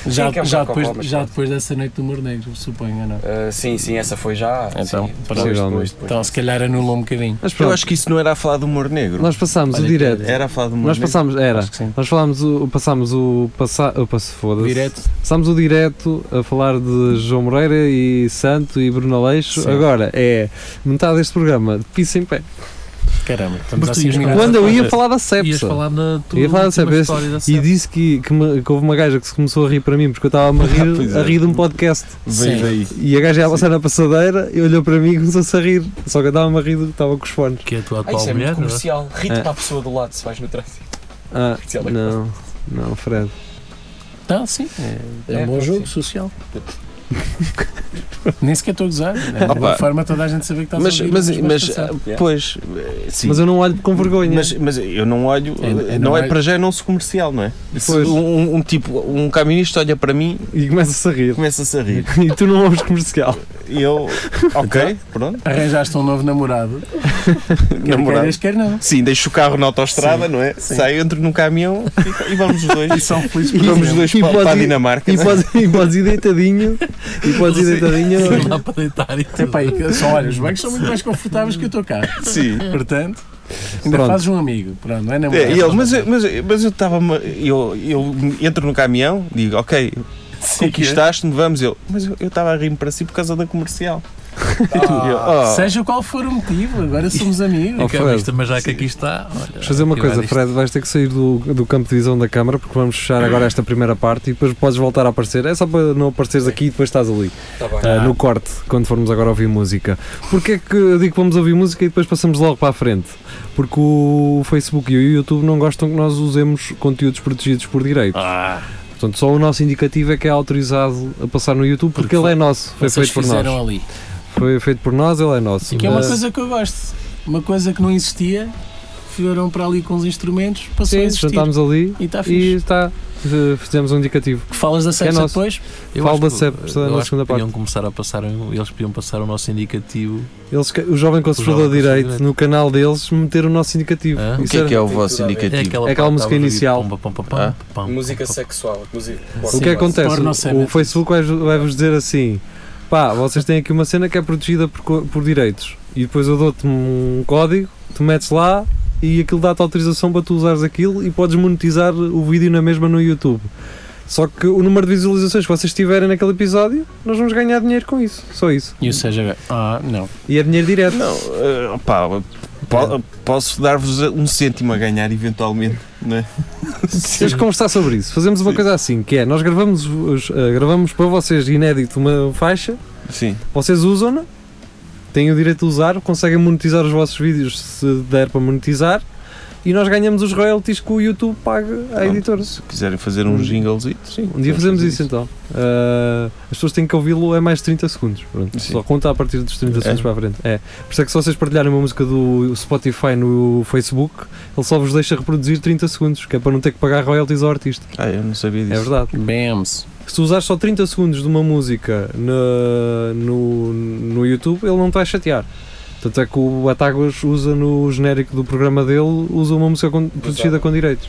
Já, Sim, que é um já, bocado cocó, depois, mas já pronto. depois dessa noite do humor negro, suponho, ou não? Ah, sim, sim, essa foi já. Então, sim, depois, depois, possivelmente. depois, Então se calhar anulou um bocadinho. Mas Eu pronto, acho que isso não era a falar do humor negro. nós passámos o Olha, é, um direto. Era a falar do humor Nós negro. passámos, era. Acho que sim. Nós falámos o, passámos o passa, opa, se foda-se. Direto. Passámos o direto a falar de João Moreira e Santo e Bruno Aleixo. Sim. Agora é metade deste programa de piso em pé. Caramba, estamos Mas a tu cinco ias minutos. falar- Quando eu ia Olha, falar da É, Ias sepsa. falar na tua Ia falar da última sepsa, história da E sepsa. disse que, que, me- que houve uma gaja que se começou a rir para mim porque eu estava a *laughs* pois rir, é. a rir de um podcast. Veio Sim. daí. E a gaja ia passar na passadeira e olhou para mim e começou-se a rir. Só que eu estava-me a rir, estava com os fones. que é a tua Ah, atual isso é mulher, muito não é? comercial. Rita É. para a pessoa do lado se vais no trânsito. Ah, Se ela- não, não, Fred. Tá, sim. É, é um É, bom pode jogo social. *laughs* Nem sequer estou a gozar. É uma Opa. boa forma toda a gente saber que tá estás Mas, a ouvir. mas, vais mas, passar. ah, pois, eh, sim. Mas eu não olho com vergonha. Mas, mas eu não olho, É- é não, é, normal. para já é não se comercial, não é? Se Pois. Um, um tipo, um caminista olha para mim E começa-se a e rir. começa-se a rir. E tu não ouves comercial. E eu, *laughs* ok, *laughs* pronto, Arranjaste um novo namorado. Quer namorado. queiras, quer não. Sim, deixo o carro na autostrada, não é? Saio, entro num caminhão *laughs* e, e vamos os dois. E são felizes por vamos os sempre. dois E para, pode para a ir- Dinamarca. E podes, e podes ir deitadinho. E podes ir Sim, deitadinho. lá para deitar e é Até para aí, só olha, os bancos são muito mais confortáveis que o teu carro. *laughs* Sim. Portanto, Ainda Pronto. fazes um amigo. Pronto, não é namorado. É, e eles, mas, eu- mas, eu- mas eu estava. Eu, eu entro no caminhão, digo, ok, é. Sim, é. conquistaste-me, vamos. Ele, mas eu eu estava a rir para si por causa da comercial. *laughs* E eu, é. "Oh, Seja qual for o motivo, agora somos amigos. é Oh, Fica à Fred. vista, mas já que aqui está. olha, é Deixa eu fazer uma aqui vai coisa, disto. Fred, vais ter que sair do, do campo de visão da câmara porque vamos fechar agora esta primeira parte e depois podes voltar a aparecer. É só para não apareceres aqui e depois estás ali, Está bem. ah, no corte, quando formos agora ouvir música. Porquê é que eu digo que vamos ouvir música e depois passamos logo para a frente? Porque o Facebook e o YouTube não gostam que nós usemos conteúdos protegidos por direito. Ah, Portanto, só o nosso indicativo é que é autorizado a passar no YouTube porque, Porque ele é nosso, foi Vocês feito por fizeram nós. ali. Foi feito por nós, ele é nosso. E que é uma Mas- coisa que eu gosto. Uma coisa que não existia, foram para ali com os instrumentos, passou a Sim, existir. jantámos ali E está e fixe. está, eh, fizemos um indicativo. Que falas da sexta nosso. depois? eu Fala acho da que- sep- da eu na acho que segunda Podiam começar a passar, um- eles podiam passar o nosso indicativo. Eles, que- o Jovem Conservador Jovem Conservador Direito, Direito. no canal deles, meteram o nosso indicativo. Ah. O que é que é o vosso É indicativo? aquela, É aquela parte, música estava a ouvir, inicial. pam, pam, pam, pam, Ah. pam, Música pam, pam. sexual. Música... o que Sim, acontece? Porno O, seven. Facebook vai- vai-vos dizer assim: pá, vocês têm aqui uma cena que é protegida por, co- por direitos. E depois eu dou-te um código, tu metes lá e aquilo dá-te autorização para tu usares aquilo e podes monetizar o vídeo na mesma no YouTube. Só que o número de visualizações que vocês tiverem naquele episódio, nós vamos ganhar dinheiro com isso. Só isso. E o seja. Ah, não. E é dinheiro direto. Não, eh, pá, po- posso dar-vos um cêntimo a ganhar eventualmente, não é? Temos que conversar sobre isso. Fazemos uma Sim. coisa assim, que é, nós gravamos, os- eh, gravamos para vocês inédito uma faixa, Sim. vocês usam-na, têm o direito de usar, conseguem monetizar os vossos vídeos se der para monetizar, e nós ganhamos os royalties que o YouTube paga à Pronto. editora. Se quiserem fazer uns jingles, Um sim. dia podemos fazemos fazer isso então. Ah, as pessoas têm que ouvi-lo a mais de 30 segundos. Pronto. Sim. Só conta a partir dos 30 É? segundos para a frente. É. Por isso é que se vocês partilharem uma música do Spotify no Facebook, ele só vos deixa reproduzir 30 segundos, que é para não ter que pagar royalties ao artista. Ah, eu não sabia disso. É verdade. Bams. Se tu usares só 30 segundos de uma música na- no, no YouTube, ele não te vai chatear. Tanto é que o Batáguas usa no genérico do programa dele, usa uma música com- protegida com direitos.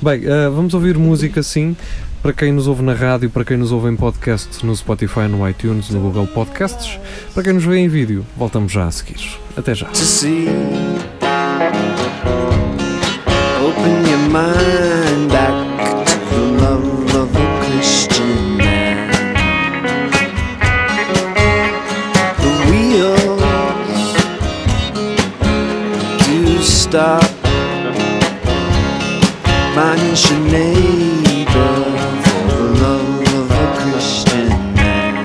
Bem, ah, vamos ouvir música sim, para quem nos ouve na rádio, para quem nos ouve em podcast no Spotify, no iTunes, no Google Podcasts, para quem nos vê em vídeo, voltamos já a seguir. Até já. to see. Open your mind back to the love of a Christian man. The wheels do stop. Mind your neighbor for the love of a Christian man.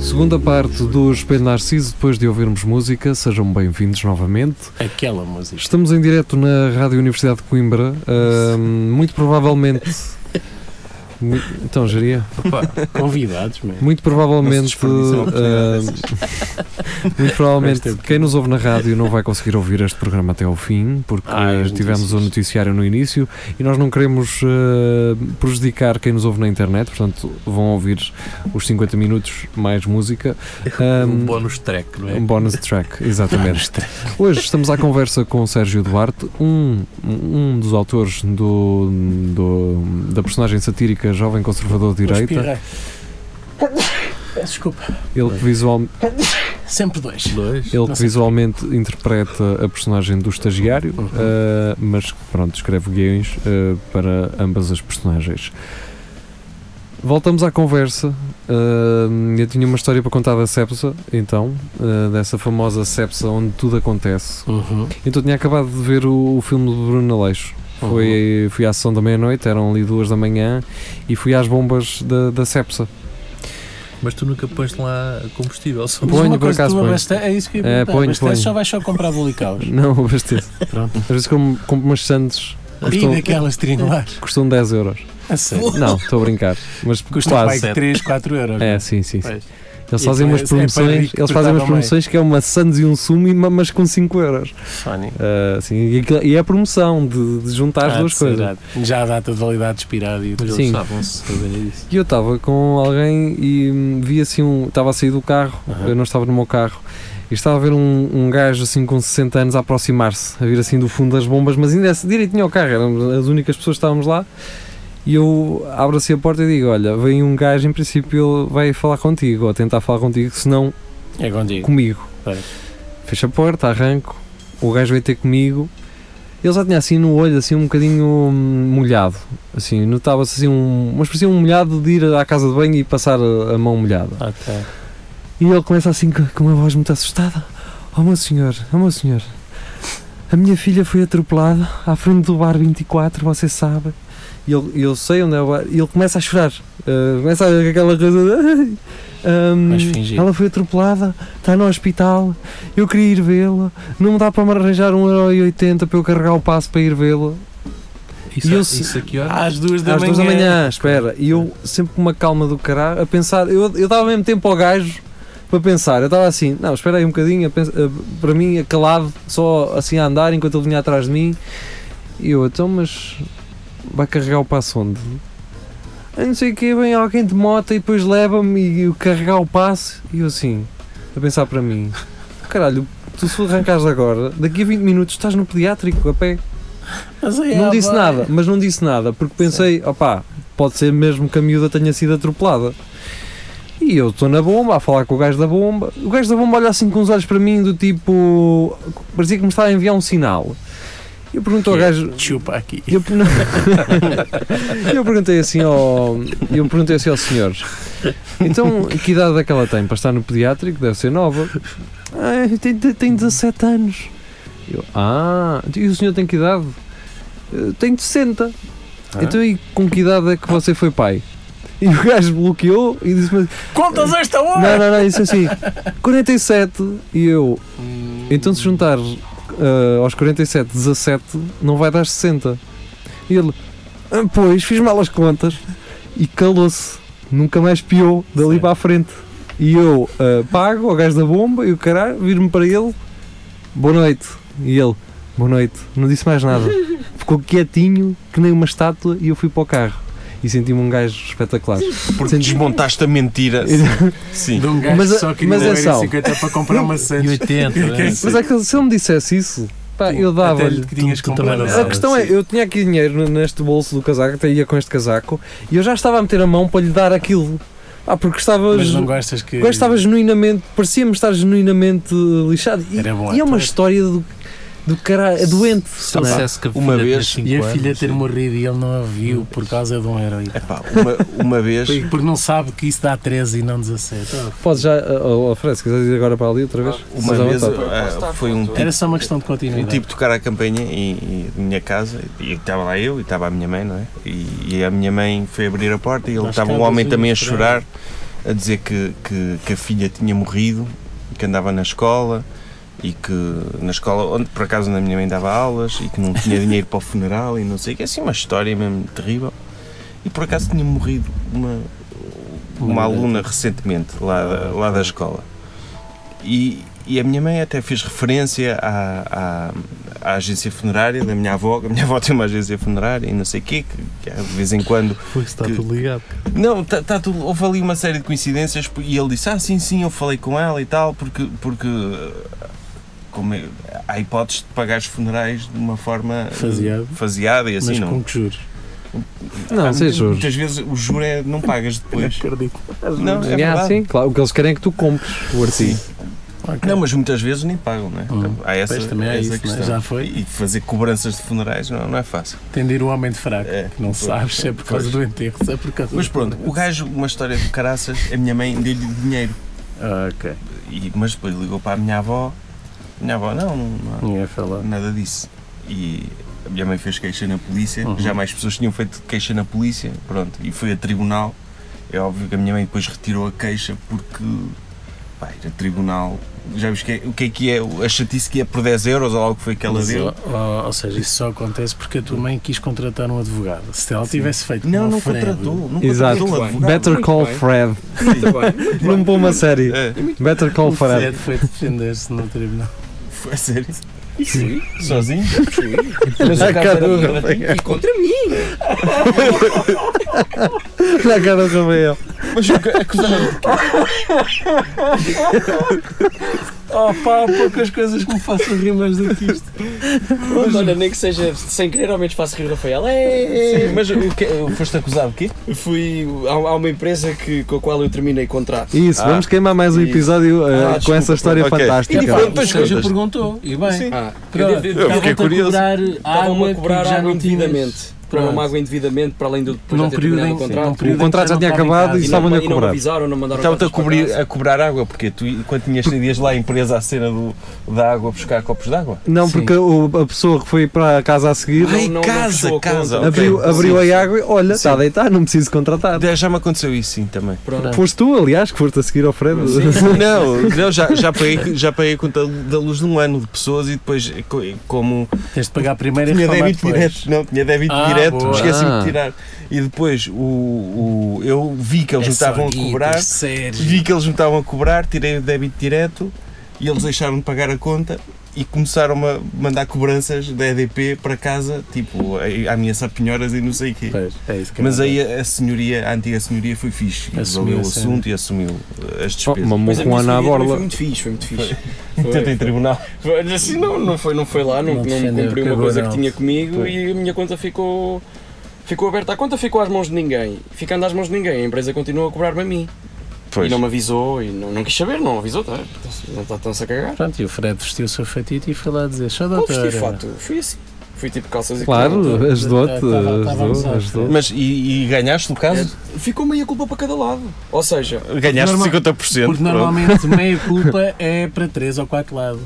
Segunda parte do Espelho Narciso, depois de ouvirmos música, sejam bem-vindos novamente. Aquela música. Estamos em direto na Rádio Universidade de Coimbra, ahm, muito provavelmente. Mu- Então, geria? Convidados, mesmo. Muito Não se provavelmente. desperdiça uma oportunidade ahm, muito provavelmente quem nos ouve na rádio não vai conseguir ouvir este programa até ao fim, porque Ah, é as tivemos o notícias. noticiário no início e nós não queremos ah, prejudicar quem nos ouve na internet, portanto, vão ouvir os 50 minutos mais *laughs* música. Um Hum. Ahm, bónus track, não é? um bonus track, exatamente. Hoje estamos à conversa com o Sérgio Duarte, um, um dos autores do, do- da personagem satírica Jovem Conservador de Vou *laughs* Direita. espirrar. Peço Desculpa, Ele que, visual, sempre dois. Dois. ele Não que sei. visualmente interpreta a personagem do estagiário, Uhum. eh, mas que, pronto, escreve guiões eh, para ambas as personagens. Voltamos à conversa. eh, eu tinha uma história para contar da Sepsa, então, eh, dessa famosa Sepsa onde tudo acontece. Uhum. Então tinha acabado de ver o, o filme do Bruno Aleixo. Foi, fui à sessão da meia-noite, eram ali duas da manhã, e fui às bombas da, da Cepsa. *laughs* Mas tu nunca pões lá combustível. Só Mas Ponho, uma por coisa acaso tua, ponho. Basta, é isso que eu É, ia perguntar. ponho, Basta, ponho. só vais só *laughs* comprar bolicaus. Não, abastece. Pronto. Às vezes como, como umas santos E custam, daquelas triangulares. custam 10 euros. *laughs* A sério. Não, estou a brincar. Mas Custa quase. pai 3, 4 euros. É, sim, sim. sim. Pois. Eles E fazem umas é- é para promoções, rico que eles fazem umas cortava meio. promoções que é uma sandes e um sumo e mamas com 5 euros. Funny. Ah, assim, e, aquilo- e é a promoção de, de juntar as Ah, duas de coisas. ser, Já a data de validade expirada e tudo. Sim. estavam-se fazendo isso. E eu estava com alguém e hum, vi assim um. Estava a sair do carro, Aham. eu não estava no meu carro, e estava a ver um, um gajo assim com 60 anos a aproximar-se, a vir assim do fundo das bombas, mas ainda é- direitinho ao carro, éramos as únicas pessoas que estávamos lá. E eu abro assim a porta e digo: Olha, vem um gajo, em princípio ele vai falar contigo, ou tentar falar contigo, se não É contigo. comigo. Pois. Fecho a porta, arranco, o gajo veio ter comigo. Ele já tinha assim no olho, assim um bocadinho hum, molhado. Assim, notava-se assim um. Mas parecia um molhado de ir à casa de banho e passar a, a mão molhada. Ah, tá. E ele começa assim co- com uma voz muito assustada: Oh meu senhor, oh meu senhor, a minha filha foi atropelada à frente do bar 24, você sabe. E ele, eu sei onde é o bar. E ele começa a chorar. eh, começa a- aquela coisa de. "Ahm, Mas fingir. ela foi atropelada, está no hospital. Eu queria ir vê-la. Não me dá para me arranjar 1,80€ para eu carregar o passo para ir vê-la. Isso, E eu se- isso aqui, olha. Às duas da Às manhã. 2 da manhã, espera. E eu sempre com uma calma do caralho, a pensar. Eu, eu dava ao mesmo tempo ao gajo para pensar. Eu estava assim, não, espera aí um bocadinho, a pens- a- para mim, acalado, só assim a andar enquanto ele vinha atrás de mim. E eu, então, mas vai carregar o passo onde? Ah, não sei o que, vem alguém de moto e depois leva-me e eu carregar o passo. E eu assim, a pensar para mim, caralho. Tu se arrancares agora, daqui a 20 minutos estás no pediátrico a pé. Mas aí, Não ah, disse vai. nada, mas não disse nada, porque pensei, opá, pode ser mesmo que a miúda tenha sido atropelada. E eu estou na bomba, a falar com o gajo da bomba. O gajo da bomba olha assim com os olhos para mim, do tipo. parecia que me estava a enviar um sinal. Eu pergunto ao Que é? gajo. Chupa aqui. *laughs* Eu, per- *laughs* eu perguntei assim ao. Eu perguntei assim ao senhor. Então, que idade é que ela tem? Para estar no pediátrico, deve ser nova. Ah, tem, tem- tem 17 anos. Eu, ah, e o senhor tem que idade? "Eh, Tenho 60. Ah. Então, e com que idade é que você foi pai? E o gajo bloqueou e disse-me: assim, Contas esta Não, hora! não, não, isso assim, 47. E eu, então se juntar ah, aos 47, 17, não vai dar 60. E ele, "Ah, pois, fiz mal as contas e calou-se. Nunca mais piou dali Certo. para a frente. E eu ah, pago ao gajo da bomba e o caralho, viro-me para ele, boa noite. E ele, boa noite, não disse mais *laughs* nada. Ficou quietinho, que nem uma estátua, e eu fui para o carro. E senti-me um gajo espetacular. Porque desmontaste *laughs* a mentira. Sim. De um gajo Mas, que só queria mas é mas só. 50 para comprar uma E Santos. *laughs* 80, não é? Mas é que se ele me dissesse isso, pá, eu Até dava-lhe. lhe que tinhas Tu- tu comprado também não a A Santos. sabes. questão é, eu tinha aqui dinheiro n- neste bolso do casaco, até ia com este casaco, e eu já estava a meter a mão para lhe dar aquilo. Ah, porque estava. Mas não ju- gostas que. o gajo estava genuinamente, parecia-me estar genuinamente lixado. E, Era bom e é uma ator. história do, do cara é doente. Se eu não é? dissesse que a filha Uma tinha vez- cinco E a anos, filha ter sim. morrido e ele não a viu por causa de um herói. Epá, É uma, uma vez. Foi Porque não sabe que isso dá 13 e não 17. Podes já. Oh, oh, Fred, se quiseres ir agora para ali outra vez. Uma Mas à vez vontade. ah, foi um tipo, Era só uma questão de um continuidade. tipo tocar a campainha em, em minha casa e estava lá eu e estava a minha mãe, não é? E, e a minha mãe foi abrir a porta e ele Nós estava um estávamos homem a também a chorar. chorar a dizer que, que, que a filha tinha morrido, que andava na escola e que na escola, onde por acaso onde a minha mãe dava aulas e que não tinha dinheiro para o funeral e não sei o que, é assim uma história mesmo terrível. E por acaso tinha morrido uma, uma aluna recentemente lá, da- lá da escola. E, e a minha mãe até fez referência à, à, à agência funerária da minha avó, que a minha avó *laughs* tem uma agência funerária e não sei o quê, que, que é de vez em quando Foi tá está que- tudo ligado. não, tá, tá tudo- houve ali uma série de coincidências e ele disse, ah sim, sim, eu falei com ela e tal, porque, porque eh, como é- há hipótese de pagar os funerais de uma forma eh, Faseado. faseada e assim mas não. com que juros? Não, Há sem muitas- juros. Muitas vezes o juro é não pagas depois. Acredito. não, é Ah, verdade. assim. sim, claro. O que eles querem é que tu compres o artigo. Ok. Não, mas muitas vezes nem pagam, não é? Hum. Há essa, Pois, também há essa isso, não é? questão. Já foi. E fazer cobranças de funerais não, não é fácil. Tem de ir o homem de fraco. É. Não sabes se é por causa Pois. do enterro, se é por causa Mas do- pronto, o gajo, uma história de caraças, a minha mãe deu-lhe dinheiro. Ah, ok. E, mas depois ligou para a minha avó. Minha avó, não, não, há Ninguém fala. nada disso. E a minha mãe fez queixa na polícia, Uhum. já mais pessoas tinham feito queixa na polícia, pronto, e foi a tribunal. É óbvio que a minha mãe depois retirou a queixa porque, pá, ir a tribunal, já viste que é- o que é que é, a chatice que é por 10 euros ou algo que foi que ela Mas, deu. ó- ó- ou seja, isso só acontece porque a tua mãe quis contratar um advogado. Se ela Sim. tivesse feito Não, uma não frebe, contratou, não Exato. contratou um Muito advogado. bem. Better Muito Call bem. Fred. Nome para uma série. *laughs* É, Better Call O Fred. Fred foi defender-se no *laughs* tribunal. foi a sério, E fui, sozinho. e fui. Mas o caso era contra ti e contra mim. Na cara do Rafael. Mas o que- acusaram-me de quê? *laughs* Oh pá, há poucas coisas que me façam rir mais do que isto. Mas olha, nem que seja sem querer, ao menos faço rir o Rafael. É, é, é. Mas o que, foste acusado de quê? Fui há, há uma empresa que, com a qual eu terminei contrato. Isso, vamos queimar mais um Isso. episódio eh, Ah, com desculpa. essa história Ok. fantástica. E Pá, pronto, o O Sérgio Contas. perguntou, e bem, Sim. Ah, Pronto. eu devo- Eu devo- estavam-te fiquei a curioso. cobrar Estavam água a cobrar que já água não tinhas. indevidamente. Cobraram Pronto. água indevidamente, para além do depois Num já ter período em terminado o que num contrato. período O contrato em que já tinha não estava em acabado e casa. E estava- não, Estavam-lhe a e não me cobrar. avisaram, não mandaram Estava-te a, cartas para cobrir- casa. a cobrar água, porque tu, quando tinhas ias lá à empresa à cena do, da água buscar copos de água? Não, Sim. porque o- a pessoa que foi para a casa a seguir Ai, não casa, fechou a casa. ok. conta. abriu, abriu Sim, sim. a água e olha, está a deitar, não preciso contratar. Já- Já me aconteceu isso sim também. Pronto. Foste tu, aliás, que foste a seguir ao Fred. *laughs* *laughs* Não, não já, já, paguei, já paguei a conta da luz de um ano de pessoas e depois, eh, co- como Tens de pagar primeiro e tinha reclamar débito depois. direto, não, tinha débito é Ah, direto, boa. esqueci-me Ah. de tirar. E depois o, o- eu vi que eles É me estavam a só cobrar, guitas, Sérgio. vi que eles me estavam a cobrar, tirei o débito direto e eles deixaram de pagar a conta e começaram a mandar cobranças da EDP para casa, tipo, a, a ameaçar pinhoras e não sei o quê. Pois, é isso que Mas eu- aí a, a senhoria, a antiga senhoria foi fixe, e Assumiu resolveu a o cena. assunto e assumiu eh, as Oh, despesas. mamou Mas a com minha Ana à subida também Foi borla. muito fixe, foi muito fixe. *laughs* Tenta em tribunal. Foi, assim, não, não foi, não foi lá, não, Não não, defendeu, cumpriu uma cagou coisa que nela. tinha comigo Foi. e a minha conta ficou. Ficou aberta. A conta ficou às mãos de ninguém. Ficando às mãos de ninguém, a empresa continuou a cobrar-me a mim. E não me avisou e não, não quis saber, não avisou, tá, não está tão-se a cagar. Pronto, e o Fred vestiu o seu fatito e foi lá dizer: Só Não doutora. vesti fato, fui assim. Fui tipo calças e cravata. Claro, ajudou-te. Tá, Estava- estava Ajudou, a usar. ajudou. Mas e, e ganhaste o caso? Ficou meia culpa para cada lado. Ou seja, Ganhaste Normal- 50%. Porque *laughs* normalmente meia culpa é para 3 ou 4 lados.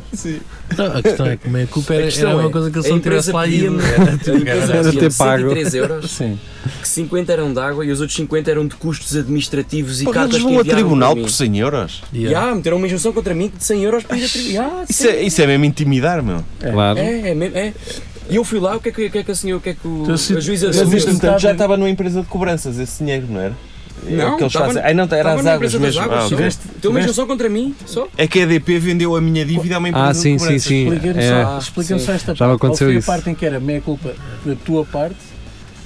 Não, a questão é que a culpa a era, questão era uma é, coisa que a ele só tivesse empresa lá ido. pedia-me a empresa Era ter pedia-me pago. 103 euros, Sim. que 50 eram de água e os outros 50 eram de custos administrativos e Porque cartas eles que vão a enviaram tribunal para mim. por 100 euros. E Yeah. há, meteram uma injunção contra mim de 100 euros para ir a tribunal. Isso é, isso é mesmo intimidar, meu. Claro. É, é mesmo. É. E eu fui lá, o que é que, o que, é que a senhora, o que é que o, Então, se- a juíza Mas Mas isto isto assumiu? não tá- já estava numa empresa de cobranças esse dinheiro, não era? É Não, o que eles estava- fazem. Ai, não, era Estava as na águas empresa das mesmo. águas, Ah, só. ok. Tem uma injunção contra mim, só. É que a EDP vendeu a minha dívida a uma empresa Ah, sim, sim, de cobranças. sim. Explica-me É. só, explica sim. só esta Já parte. aconteceu Qual foi isso. a parte em que era meia culpa da tua parte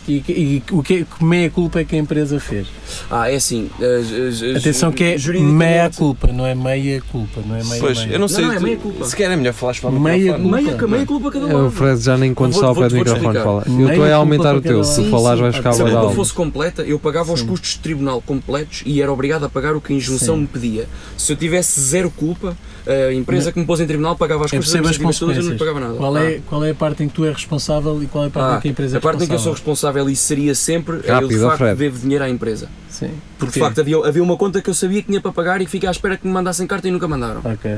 e, que- e o que, que meia culpa é que a empresa fez? Ah, é assim. as- as- as- Atenção que é juridicamente- meia culpa, não é meia culpa, não é meia Pois, meia. eu não sei. não, é tu- meia culpa. Se calhar é melhor falares para o Meia microfone. culpa. Meia, meia culpa cada É, O lado. Fred já nem quando Vou- está ao pé do vou- vou-te microfone fala. explicar. Eu estou é Meia a aumentar o culpa teu, para se cada tu lado. falares é. Sim, vais sim. ficar Se Sabe a a quando culpa Sim. dar fosse completa, eu pagava os custos de tribunal completos e era obrigado a pagar o que a injunção Sim. me pedia. Se eu tivesse zero culpa, a empresa que me pôs em tribunal pagava as Eu custas É, percebo as administrativas todas e eu não consequências. lhe pagava nada. Qual Ah. é, qual é a parte em que tu és responsável e qual é a parte Ah, em que a empresa é a parte em que eu sou responsável? responsável e seria sempre é eu Rápido, de facto Fred. devo dinheiro à empresa. Sim. Porque de facto havia, havia uma conta que eu sabia que tinha para pagar e que fiquei à espera que me mandassem carta e nunca mandaram. Ok.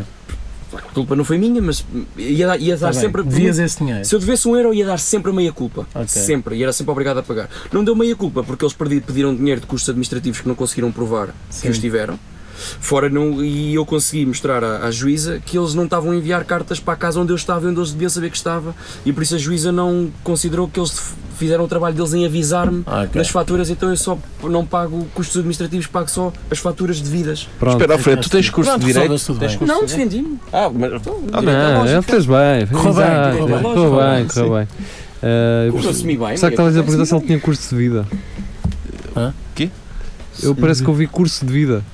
a culpa não foi minha, mas ia, dar- ia dar Tá bem, sempre. Devias esse dinheiro. Se eu devesse um euro, ia dar sempre a meia culpa. Ok. Sempre. E era sempre obrigado a pagar. Não deu meia culpa porque eles perdi- pediram dinheiro de custos administrativos que não conseguiram provar Sim. que os tiveram. Fora não, e eu consegui mostrar à, à juíza que eles não estavam a enviar cartas para a casa onde eu estava e onde eles deviam saber que estava, e por isso a juíza não considerou que eles f- fizeram o trabalho deles em avisar-me Ah, ok. das faturas, então eu só não pago custos administrativos, pago só as faturas devidas. Pronto. Espera, Alfredo, tu tens curso de Pronto, direito? resolveu-se tudo Tens bem. curso Não, de direito? defendi-me. Então, Ah, mas. ok, é Não, lógico. ele fez bem. fez Então, Correu bem, exato, correu bem. Correu bem, Sim. correu bem. Ah, Como eu assumi bem, Será que estavas a perguntar se ele parece-me tinha curso de vida? Hã? Quê? Eu parece que ouvi curso de vida.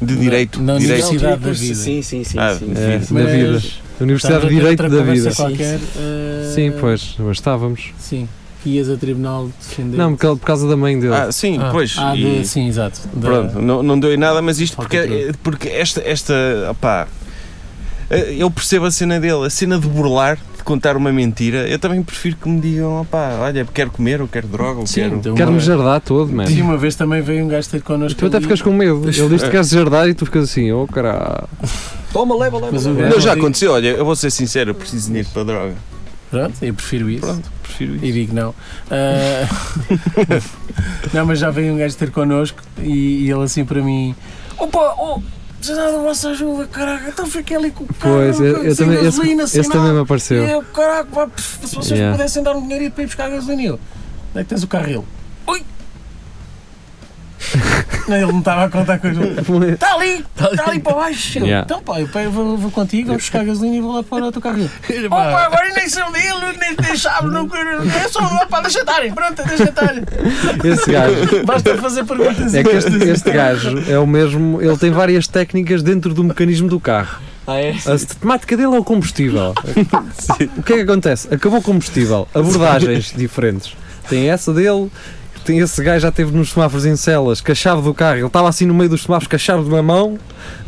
De direito. Não, não, direito. Não, Cidade tinha da curso- vida. Sim, sim, sim. Ah, sim. Mas- É, da vida. Da Universidade de Estava Direito outra da conversa Vida. Qualquer, eh, Sim, pois, mas estávamos. Sim. Que ias a tribunal defender. Não, por causa da mãe dele. Ah, sim, Ah, pois. ah, e- de- sim, exato. Da- Pronto, não, não deu em nada, mas isto Falta porque, tudo. eh, porque esta, esta opá, eh, eu percebo a cena dele, a cena de burlar, de contar uma mentira, eu também prefiro que me digam, opá, olha, quero comer, ou quero droga, ou Sim, então, quero... de uma Quero-me vez- jardar todo, mano. de uma vez também veio um gajo ter connosco. Tu até ali, ficas com medo. Ele diz que queres jardar e tu ficas assim, oh caralho. Toma, leva, leva. Mas o leva. gajo- Não, já digo- aconteceu, olha, eu vou ser sincero, eu preciso de dinheiro para droga. Pronto, eu prefiro isso. Pronto, prefiro E isso. digo não. Ah, *laughs* não, mas já veio um gajo ter connosco e, e ele assim para mim. Opa, oh, precisa da vossa ajuda, caraca, então fiquei ali com o carro, Pois, eu, eu sem também, esse, gasolina, sem esse também nada." me E apareceu. eu, caraca, pá, se vocês me Yeah. pudessem dar um dinheirinho para ir buscar gasolina, eu, onde é que tens o carro? Ele, ui! não, ele não estava a contar com as *laughs* Está ali, está ali para baixo. Eu, Tá Yeah. Então pá, eu, pá, eu vou, vou contigo, vou buscar gasolina e vou lá para o *laughs* autocarril. Oh, pá, agora nem são dele, nem deixava, não é só lá para deixa estar, pronto, deixa estar. *laughs* Esse gajo. Basta fazer perguntas É que e- este, este gajo é o mesmo. Ele tem várias técnicas dentro do mecanismo do carro. Ah, é? A temática dele é o combustível. O que é que acontece? Acabou o combustível. Abordagens diferentes. Tem essa dele. Tem esse gajo já teve nos semáforos em celas, com a chave do carro, ele estava assim no meio dos semáforos com a chave de uma mão,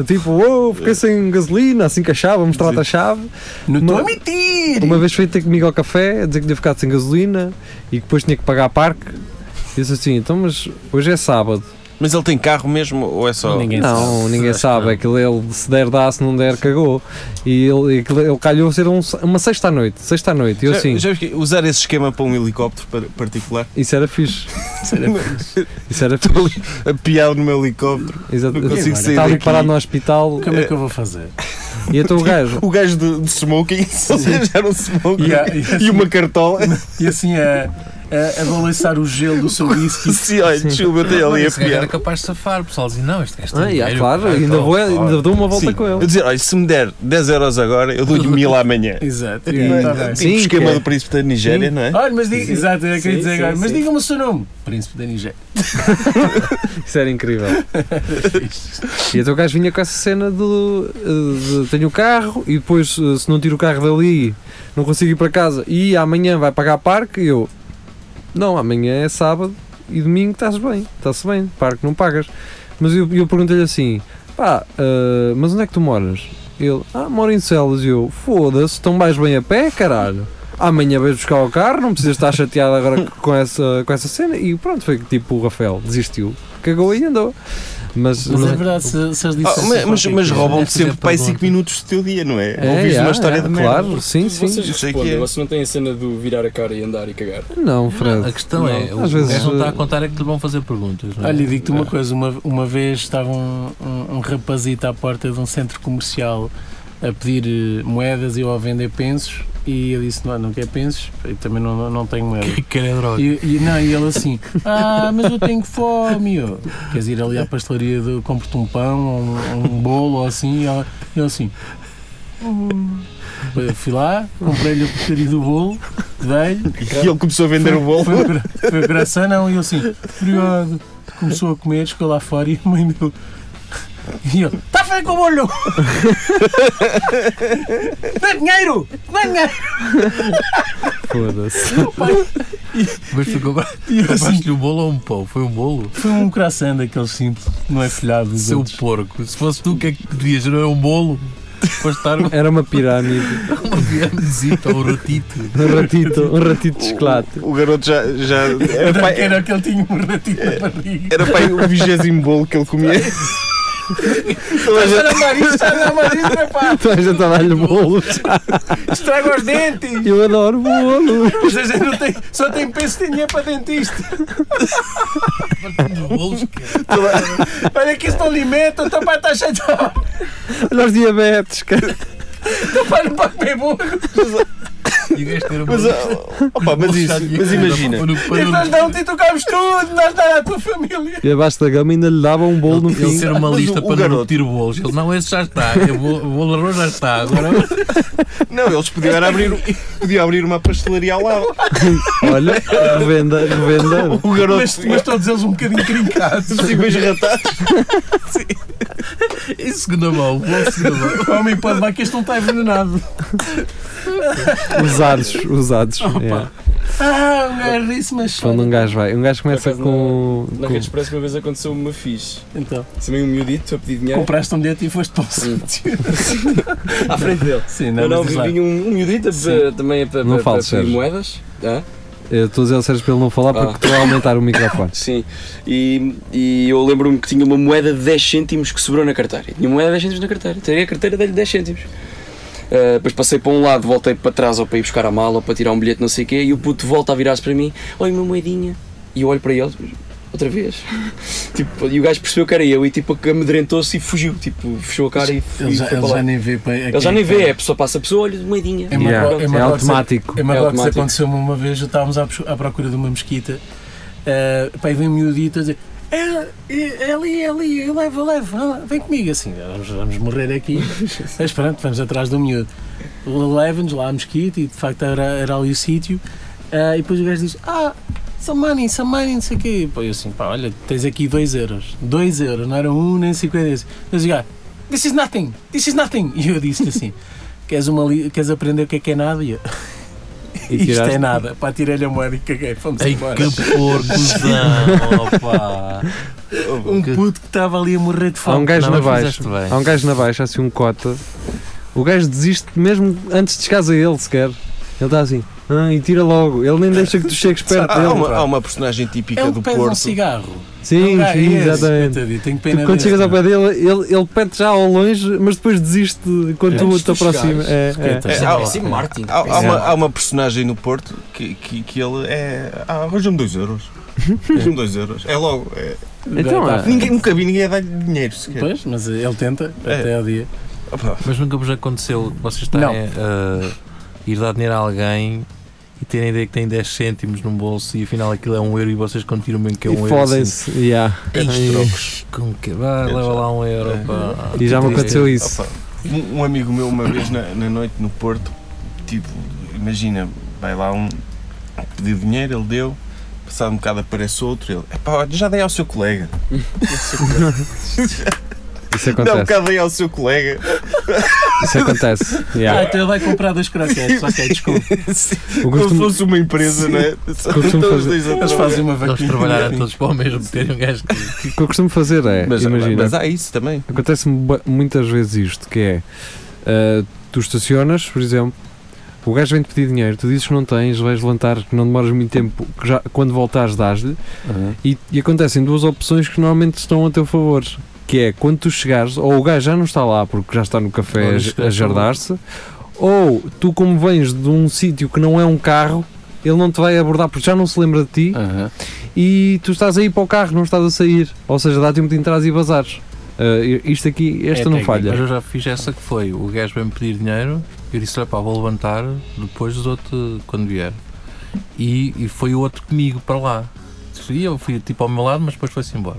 tipo, oh, fiquei sem gasolina, assim com a chave, a mostrar-te a chave. Não estou a Uma- mentir! Uma vez foi ter comigo ao café, a dizer que tinha ficado sem gasolina e que depois tinha que pagar parque. Disse assim, então mas hoje é sábado. Mas ele tem carro mesmo, ou é só... Ninguém não, sabe. ninguém Acho que sabe. não. Aquilo ele se der dá, se não der, cagou. E ele, aquilo- ele calhou ser um- uma sexta à noite. Sexta à noite. E eu Já, assim, já fiquei- usar esse esquema para um helicóptero par- particular, isso era *laughs* fixe. Isso era Estou fixe. ali a piar no meu helicóptero. Exatamente. Não consigo sair Estava ali daqui. parado no hospital Como é que eu vou fazer? e então o gajo. O gajo de, de smoking, *laughs* eles eram smoking *laughs* Yeah, yeah. e uma cartola. E assim a, a, a balançar É o gelo do seu whisky. Se olha, chuva, tem ali a Esse gajo piar. era capaz de safar, o pessoal dizia, não, este gajo tem Ah, yeah, dinheiro, claro, pá, ainda, tá então, vou, ainda dou uma volta Sim, com Eu ele. dizer, olha, se me der 10 euros agora, eu dou-lhe 1000 amanhã. Exato. E- tá bem. Sim, Tipo o esquema que é. do príncipe da Nigéria, Sim. não é? Olha, mas diga, exato, era o que eu ia dizer Sim, agora. sim, Mas sim. diga-me o seu nome. Príncipe da Nigéria. Isso era incrível. E então o gajo vinha com essa cena do. eh, de, tenho o carro e depois, eh, se não tiro o carro dali, não consigo ir para casa e amanhã vai pagar parque. E eu, não, amanhã é sábado e domingo estás bem, está-se bem, parque não pagas. Mas eu, eu perguntei-lhe assim, pá, eh, mas onde é que tu moras? Ele, ah, moro em Celas. E eu, foda-se, tão mais bem a pé, caralho. Amanhã vais buscar o carro, não precisas estar chateado agora *laughs* com essa, com essa cena. E pronto, foi que tipo o Rafael desistiu, cagou e andou. Mas, Mas é verdade, se, se as Ah, dissessem mas mas, qualquer mas coisa- roubam-te fazer sempre para aí 5 pergunta. minutos do teu dia, não é? É, Ouvires é, uma história é, de merda. Claro, sim, sim. Vocês Isso é que respondem, é. vocês não têm a cena do virar a cara e andar e cagar. Não, A Fred. questão é, Não, o às às vezes, gajo não está eh, a contar é que lhe vão fazer perguntas. Não é? Olha, digo-te uma coisa, uma, uma vez estava um, um, um rapazito à porta de um centro comercial a pedir eh, moedas e eu a vender pensos e eu disse, não, não quer pensos, eu também não, não- não tenho moedas. *laughs* que quer é droga. E, e- não, e ele assim, ah, mas eu tenho fome. e Eu, Queres ir ali à pastelaria, de- compro-te um pão ou um, um bolo ou assim? E ela, e eu assim, "Hum." Eu fui lá, comprei-lhe o porcaria do bolo, dei-lhe, E ele começou a vender o bolo. foi, o cro- foi o coração, não, e eu assim, obrigado. Começou a comer, chegou lá fora e a mãe dele. E ele, está feio com o olho! Não é dinheiro! Não é dinheiro! Foda-se. Mas ficou E eu *laughs* assim, Compraste-lhe um bolo ou um pão? Foi um bolo? foi um coração daquele simples, não é filhado dos Seu outros. porco. Se fosse tu, o que é que pedias? Não era um bolo? Para estar uma Era uma pirâmide. pirâmidezita ou um ratito. Um ratito, um ratito de *laughs* chocolate. O garoto já. já era, Era, pai, É. era que ele tinha um ratinho na barriga. era pai o vigésimo bolo que ele comia. Toda a gente- Estás a amar isto, estás a amar isto, meu pá. Então a gente a dar-lhe bolos. *laughs* Estraga os dentes. Eu adoro bolos. Os dois ainda não têm- só tem peso de dinheiro para dentista. é? Olha que isto não alimenta, o teu pai está cheio de *laughs* fome. Olha os diabetes, cara. O teu pai não pode comer burro. E o gajo ter um Mas, ó, opa, mas isso, mas imagina, E nós damos e tocamos tudo, nós dá à tua família. E abaixo da gama ainda lhe dava um bolo no Ele fim. ter uma Mas lista o- o para não garoto- repetir bolos. Ele, não, esse já está. O bolo arroz já está. Agora *laughs* não, eles podiam era abrir, podiam abrir uma pastelaria ao lado. Olha, revenda, revenda. O garoto Mas, mas todos eles um bocadinho trincados. tinha bens ratados. em segunda mão. O bolo de segunda mão. O homem pode levar que este não está envenenado. Usados, usados. Yeah. Ah, um gajo disse, mas. É, Quando um gajo vai. Um gajo começa Por acaso, com. Na com- Rede Expresso uma vez aconteceu uma fixe. Então, Também um miudito a pedir dinheiro compraste um bilhete e foste para o sítio. *laughs* à frente dele. Sim, não, Não, não, mas diz lá. vinha um, um miudito a- também a, a, Não a- fales, a pedir Sérgio. moedas. Hã? Eu estou a dizer ao Sérgio para ele não falar porque Ah. estou a aumentar o microfone. Sim, e, e eu lembro-me que tinha uma moeda de 10 cêntimos que sobrou na carteira. Eu Tinha uma moeda de 10 cêntimos na carteira. Tirei a carteira dei-lhe 10 cêntimos. Ah, depois passei para um lado, voltei para trás ou para ir buscar a mala ou para tirar um bilhete, não sei o quê, e o puto volta a virar-se para mim, olha uma moedinha. E eu olho para ele, outra vez. *laughs* tipo, e o gajo percebeu que era eu e tipo amedrentou-se e fugiu. Tipo, fechou a cara e, Ele e já, foi ele para já lá. nem vê. Para Ele já nem vê, é a pessoa passa a pessoa, olha, moedinha. É uma- Yeah. é É uma- automático. Em É Marrocos automático. aconteceu-me uma vez, eu estávamos à, pes- à procura de uma mesquita, eh, pá, e vem um miudito a dizer. É, é, é ali, é ali, eu levo, eu levo, vai lá, vem comigo assim, vamos, vamos morrer *laughs* aqui. Mas pronto, vamos atrás do miúdo. Leva-nos lá à mesquita e de facto era, era ali o sítio. eh, e depois o gajo diz: Ah, some money, some money, não sei o quê. E pô, eu assim, pá, olha, tens aqui 2 euros. 2 euros, não era 1 um, nem 50. Mas o gajo, This is nothing, this is nothing. E eu disse assim: Queres, uma li- queres aprender o que é que é nada? E eu, E isto é tiraste. nada. Pá, tirei-lhe a moeda e caguei. Fomos Ei, embora. que porcozão, opa. Um puto que estava ali a morrer de Há um fome. gajo Não, na mas baixa. fizeste bem. Há um gajo na baixa, assim um cota. O gajo desiste mesmo antes de chegares a ele sequer. Ele está assim. "Ah, e tira logo. Ele nem deixa que tu *laughs* chegues perto Há, há dele. uma, há uma personagem típica É um do que pede um Porto. cigarro. Sim, É um gajo sim, esse, exatamente. coitadinho, Tenho Tu, pena quando desse, chegas ao pá. pé dele, ele, ele pede já ao longe, mas depois desiste quando É, tu te Estes aproximas. gajos. É, é. Coitado. É, Ah, há- isso é Martin. Há, há uma, há uma personagem no Porto que, que, que ele é. Ah, arranja-me 2 *laughs* euros. Arranja-me 2 euros. É logo. é- Então, Tá, é. ninguém, nunca vi ninguém dar dinheiro sequer. Pois, mas eh, ele tenta até ao dia. Opa, Mas nunca vos aconteceu vocês estarem a ir dar dinheiro a alguém e terem a ideia que têm 10 cêntimos no bolso e afinal aquilo é um euro e vocês confirmam que é E um euro. assim, fodem-se. yeah. É. "Ei, Com que vai, É, leva já. lá um euro. É. pá." E já me aconteceu isso. opa, um, um amigo meu, uma vez na, na noite no Porto, tipo, imagina, vai lá um. pediu dinheiro, ele deu. Passado um bocado aparece outro, ele. Epá, olha, já dei ao seu colega. Isso Dá um acontece. bocado dei ao seu colega. *laughs* Isso acontece. *laughs* Ah, Yeah. então ele vai comprar dois croquetes. ok, desculpa. Eu Como se costumo- fosse uma empresa, não é? Só costumo estão os fazer- dois a Eles trabalhar. fazem uma Eles vaquinha. trabalharam todos para o mesmo ter um gajo que O que eu costumo fazer é, Mas, imagina, mas há isso também. acontece-me ba- muitas vezes isto, que é, ah, tu estacionas, por exemplo, o gajo vem-te pedir dinheiro, tu dizes que não tens, vais levantar, que não demoras muito tempo, que já, quando voltares dás-lhe, e, e acontecem duas opções que normalmente estão a teu favor, que é, quando tu chegares, ou o gajo já não está lá porque já está no Ou café no a- a escritório. jardar-se, ou tu como vens de um sítio que não é um carro, ele não te vai abordar porque já não se lembra de ti, Aham. e tu estás a ir para o carro, não estás a sair. Ou seja, dá tempo de entrar e vazares. Ah, isto aqui, É esta não técnica. Mas falha. eu já fiz essa que foi, o gajo veio-me pedir dinheiro, eu disse, pá, vou levantar, depois dou-te quando vier. E, e foi o outro comigo para lá. E eu fui tipo ao meu lado, mas depois foi-se embora.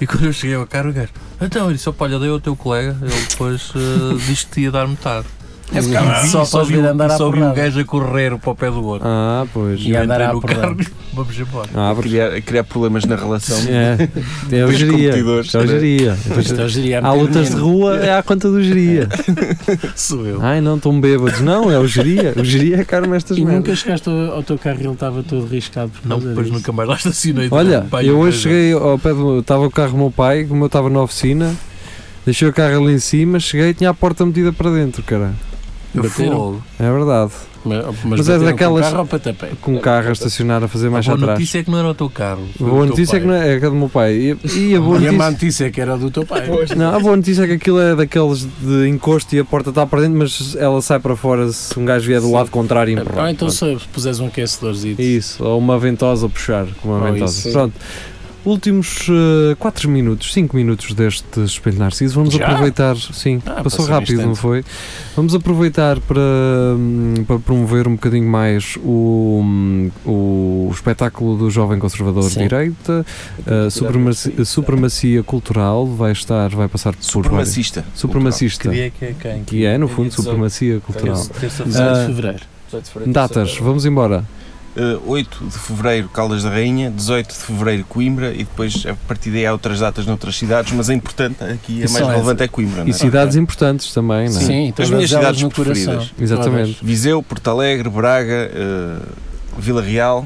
E quando eu cheguei ao carro, o gajo, então, eu disse, opa, olha, dei ao teu colega, ele depois *laughs* eh, disse que te ia dar metade. É porque E vi- só um e para vi, vir andar e à só vi o porrada. gajo a correr para o pé do outro. Ah, pois. e eu andar entrei à no carro, porrada. vamos embora. Ah, pois. Criar, criar problemas na relação. *laughs* É, é o Dois geria. competidores, É o né? geria. Isto é o geria, Há meter lutas de menino. então. rua, é à conta do geria. Sou eu. Ai não, estão bêbados. Não, é o geria. O geria é caro nestas E nunca merdas. chegaste ao, ao teu carro e ele estava todo riscado por Não, causa depois disso. nunca mais lá estacionei. Olha, Pai, eu uma hoje vez. cheguei ao pé do. Estava o carro do meu pai, como eu estava na oficina, deixei o carro ali em cima, cheguei e tinha a porta metida para dentro, cara. eh, Bateram. Fogo. É verdade. Mas, Mas mas é bateram daquelas- com o carro ao pontapé. Com o carro a estacionar a fazer A mais boa atrás. notícia é que não era o teu carro. A foi o boa teu notícia é que pai. não é, é que é do meu pai. E, e a boa E a notícia. má notícia é que era do teu pai. Não, a boa notícia é que aquilo é daqueles de encosto e a porta está para dentro, mas ela sai para fora se um gajo vier do lado contrário e empurrar. Ah, então Pronto. se puseres um aquecedorzinho. Isso, ou uma ventosa a puxar com uma Ou ventosa. Oh, isso. Pronto. Últimos 4 minutos, 5 minutos deste Espelho Narciso. Vamos Já? aproveitar, sim, Ah, passou passou rápido, bastante. não foi? Vamos aproveitar para, hum, para promover um bocadinho mais o, hum, o espetáculo do Jovem Conservador de Sim. Direita, a supremacia, a supremacia Cultural, vai estar, vai passar por várias- Supremacista. Supremacista, Que dia é que é quem? que é no fundo Supremacia Cultural. Terça-feira. 18 Ah. de Fevereiro. um Datas, vamos embora. Eh, 8 de Fevereiro, Caldas da Rainha, 18 de Fevereiro, Coimbra, e depois a partir daí há outras datas noutras cidades, mas é importante aqui, a E mais só relevante é Coimbra. não E é? cidades importantes também, não é? Sim, As todas minhas elas cidades no coração. preferidas. Exatamente. Viseu, Porto Alegre, Braga, eh, Vila Real,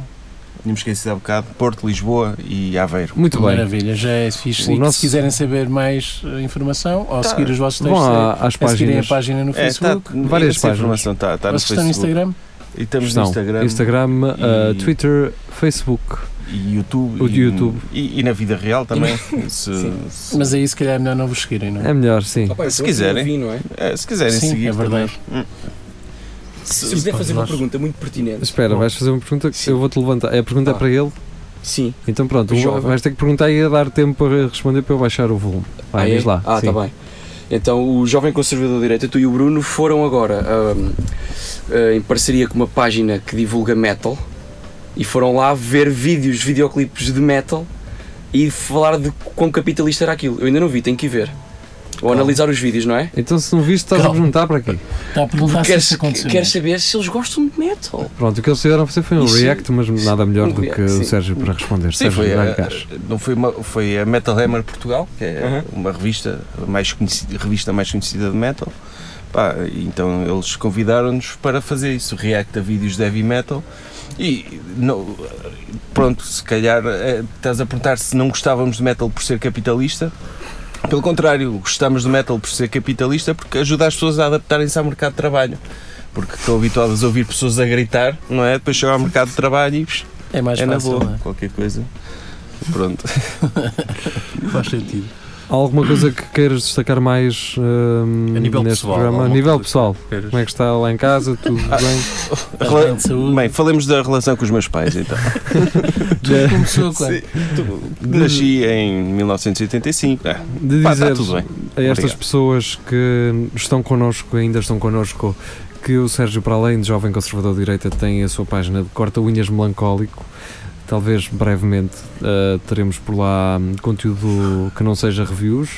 não me esqueci há bocado, Porto, Lisboa e Aveiro. Muito Todas. bem. Maravilha, já é fixe. O E que nosso- Se quiserem saber mais eh, informação ou Tá. seguir os vossos Vão textos, à- é, às é seguirem a páginas. página no É, tá, Facebook. várias essa páginas. informação está tá no Vocês estão no Facebook. Instagram? E estamos Estão. no Instagram, uh, e- Twitter, Facebook. e YouTube, O e, de YouTube. E, e na vida real também. se, se- Mas aí se calhar é melhor não vos seguirem, não é? É melhor, sim. Se quiserem. não é? eh, se quiserem Sim, seguir. é verdade. também. Hum. Se puder fazer uma nós- pergunta muito pertinente. Espera, vais fazer uma pergunta que eu vou-te levantar. A pergunta é Ah. para ele. Sim. Então pronto, Jovem. vais ter que perguntar e a dar tempo para responder para eu baixar o volume. Vai, Ah, é? diz lá. Ah, sim. tá bem. Então, o Jovem Conservador de Direita, tu e o Bruno foram agora ahm, ah, em parceria com uma página que divulga metal e foram lá ver vídeos, videoclipes de metal e falar de quão capitalista era aquilo. Eu ainda não vi, tenho que ir ver. Ou analisar os vídeos, não é? Então se não viste, estás a Calma. perguntar para aqui. Está a perguntar se Queres, isso aconteceu. quero é? saber se eles gostam de metal. Pronto, o que eles fizeram a fazer foi um Isso- react, mas nada melhor um do que react, o sim. Sérgio para responder. Sim, Sérgio, foi eh, dá-lhe a, gás. não foi, uma, foi a Metal Hammer Portugal, que é uma revista mais conhecida, revista mais conhecida de metal. Pá, então eles convidaram-nos para fazer isso, react a vídeos de heavy metal. E não- pronto, se calhar eh, estás a perguntar se não gostávamos de metal por ser capitalista. Pelo contrário, gostamos de metal por ser capitalista porque ajuda as pessoas a adaptarem-se ao mercado de trabalho. Porque estão habituadas a ouvir pessoas a gritar, não é? Depois chegam ao mercado de trabalho e psh, É mais é na fácil, boa, não é? qualquer coisa. Pronto. Faz sentido. Há alguma coisa que queiras destacar mais hum, A nível neste pessoal, programa? A alguma nível coisa. pessoal. Como é que está lá em casa? Tudo bem? Estás Rela- bem de saúde? Bem, falemos da relação com os meus *laughs* pais então. Tudo começou quando? Nasci em 1985. Ah, De pá, está dizer tudo bem. a estas Obrigado. pessoas que estão connosco, ainda estão connosco, que o Sérgio, para além de Jovem Conservador de Direita, tem a sua página de Corta-Unhas Melancólico. Talvez brevemente ah, teremos por lá hum, conteúdo que não seja reviews.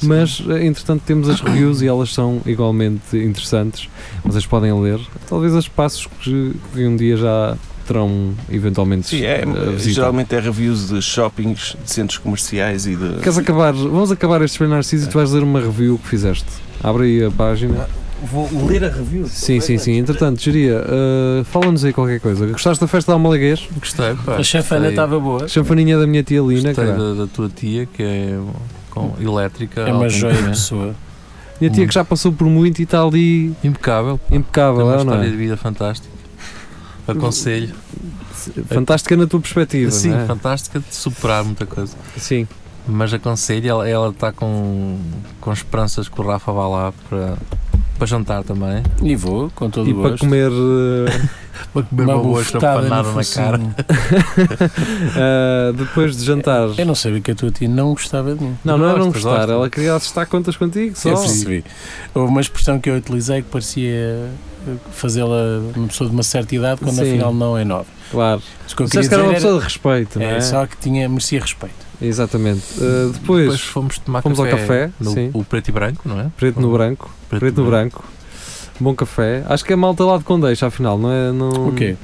Mas, ah, entretanto, temos as reviews e elas são igualmente interessantes. Vocês podem ler. Talvez as passos que que um dia já terão eventualmente Sim, é, ah, visita. geralmente é reviews de shoppings, de centros comerciais e de. Queres acabar? Vamos acabar este Espelho Narciso e tu vais ler uma review que fizeste. Abre aí a página. Vou ler a review. Sim, sim, sim. Entretanto, Geria, uh, fala-nos aí qualquer coisa. Gostaste da festa da Almalaguês? Gostei, pá. A chefana Gostei. estava boa. Chanfaninha da minha tia Lina, Gostei cara. da, da tua tia, que é com, elétrica. É uma joia de altamente, pessoa. Minha tia que já passou por muito e está ali Impecável. pá. Tem impecável, uma é ou não história de é? vida fantástica. Aconselho. Fantástica na tua perspectiva, Sim, não é? fantástica de superar muita coisa. Sim. Mas aconselho, ela, ela está com, com esperanças que o Rafa vá lá para, para jantar também. E vou, com todo E o para gosto. comer uh, Para comer uma boa bufetada no chapanada na cara. focinho. uh, depois de jantar. Eu não sabia que a tua tia É, não gostava de mim. Não, não é não Gosta, gostar. gosta. Ela queria assustar contas contigo só. Eu percebi. Houve uma expressão que eu utilizei que parecia eh, fazê-la uma pessoa de uma certa idade quando Sim. afinal não é nova. Claro. Mas o que eu queria Disseste que era uma dizer pessoa de respeito, não era, é? é, só que tinha, merecia respeito. Exatamente. Uh, Depois depois fomos tomar fomos ao café. café. no- Sim. O preto e branco, não é? Preto no branco. Preto no branco. Bom café. Acho que é malta lá de Condeixa, afinal, não é? Não... O quê?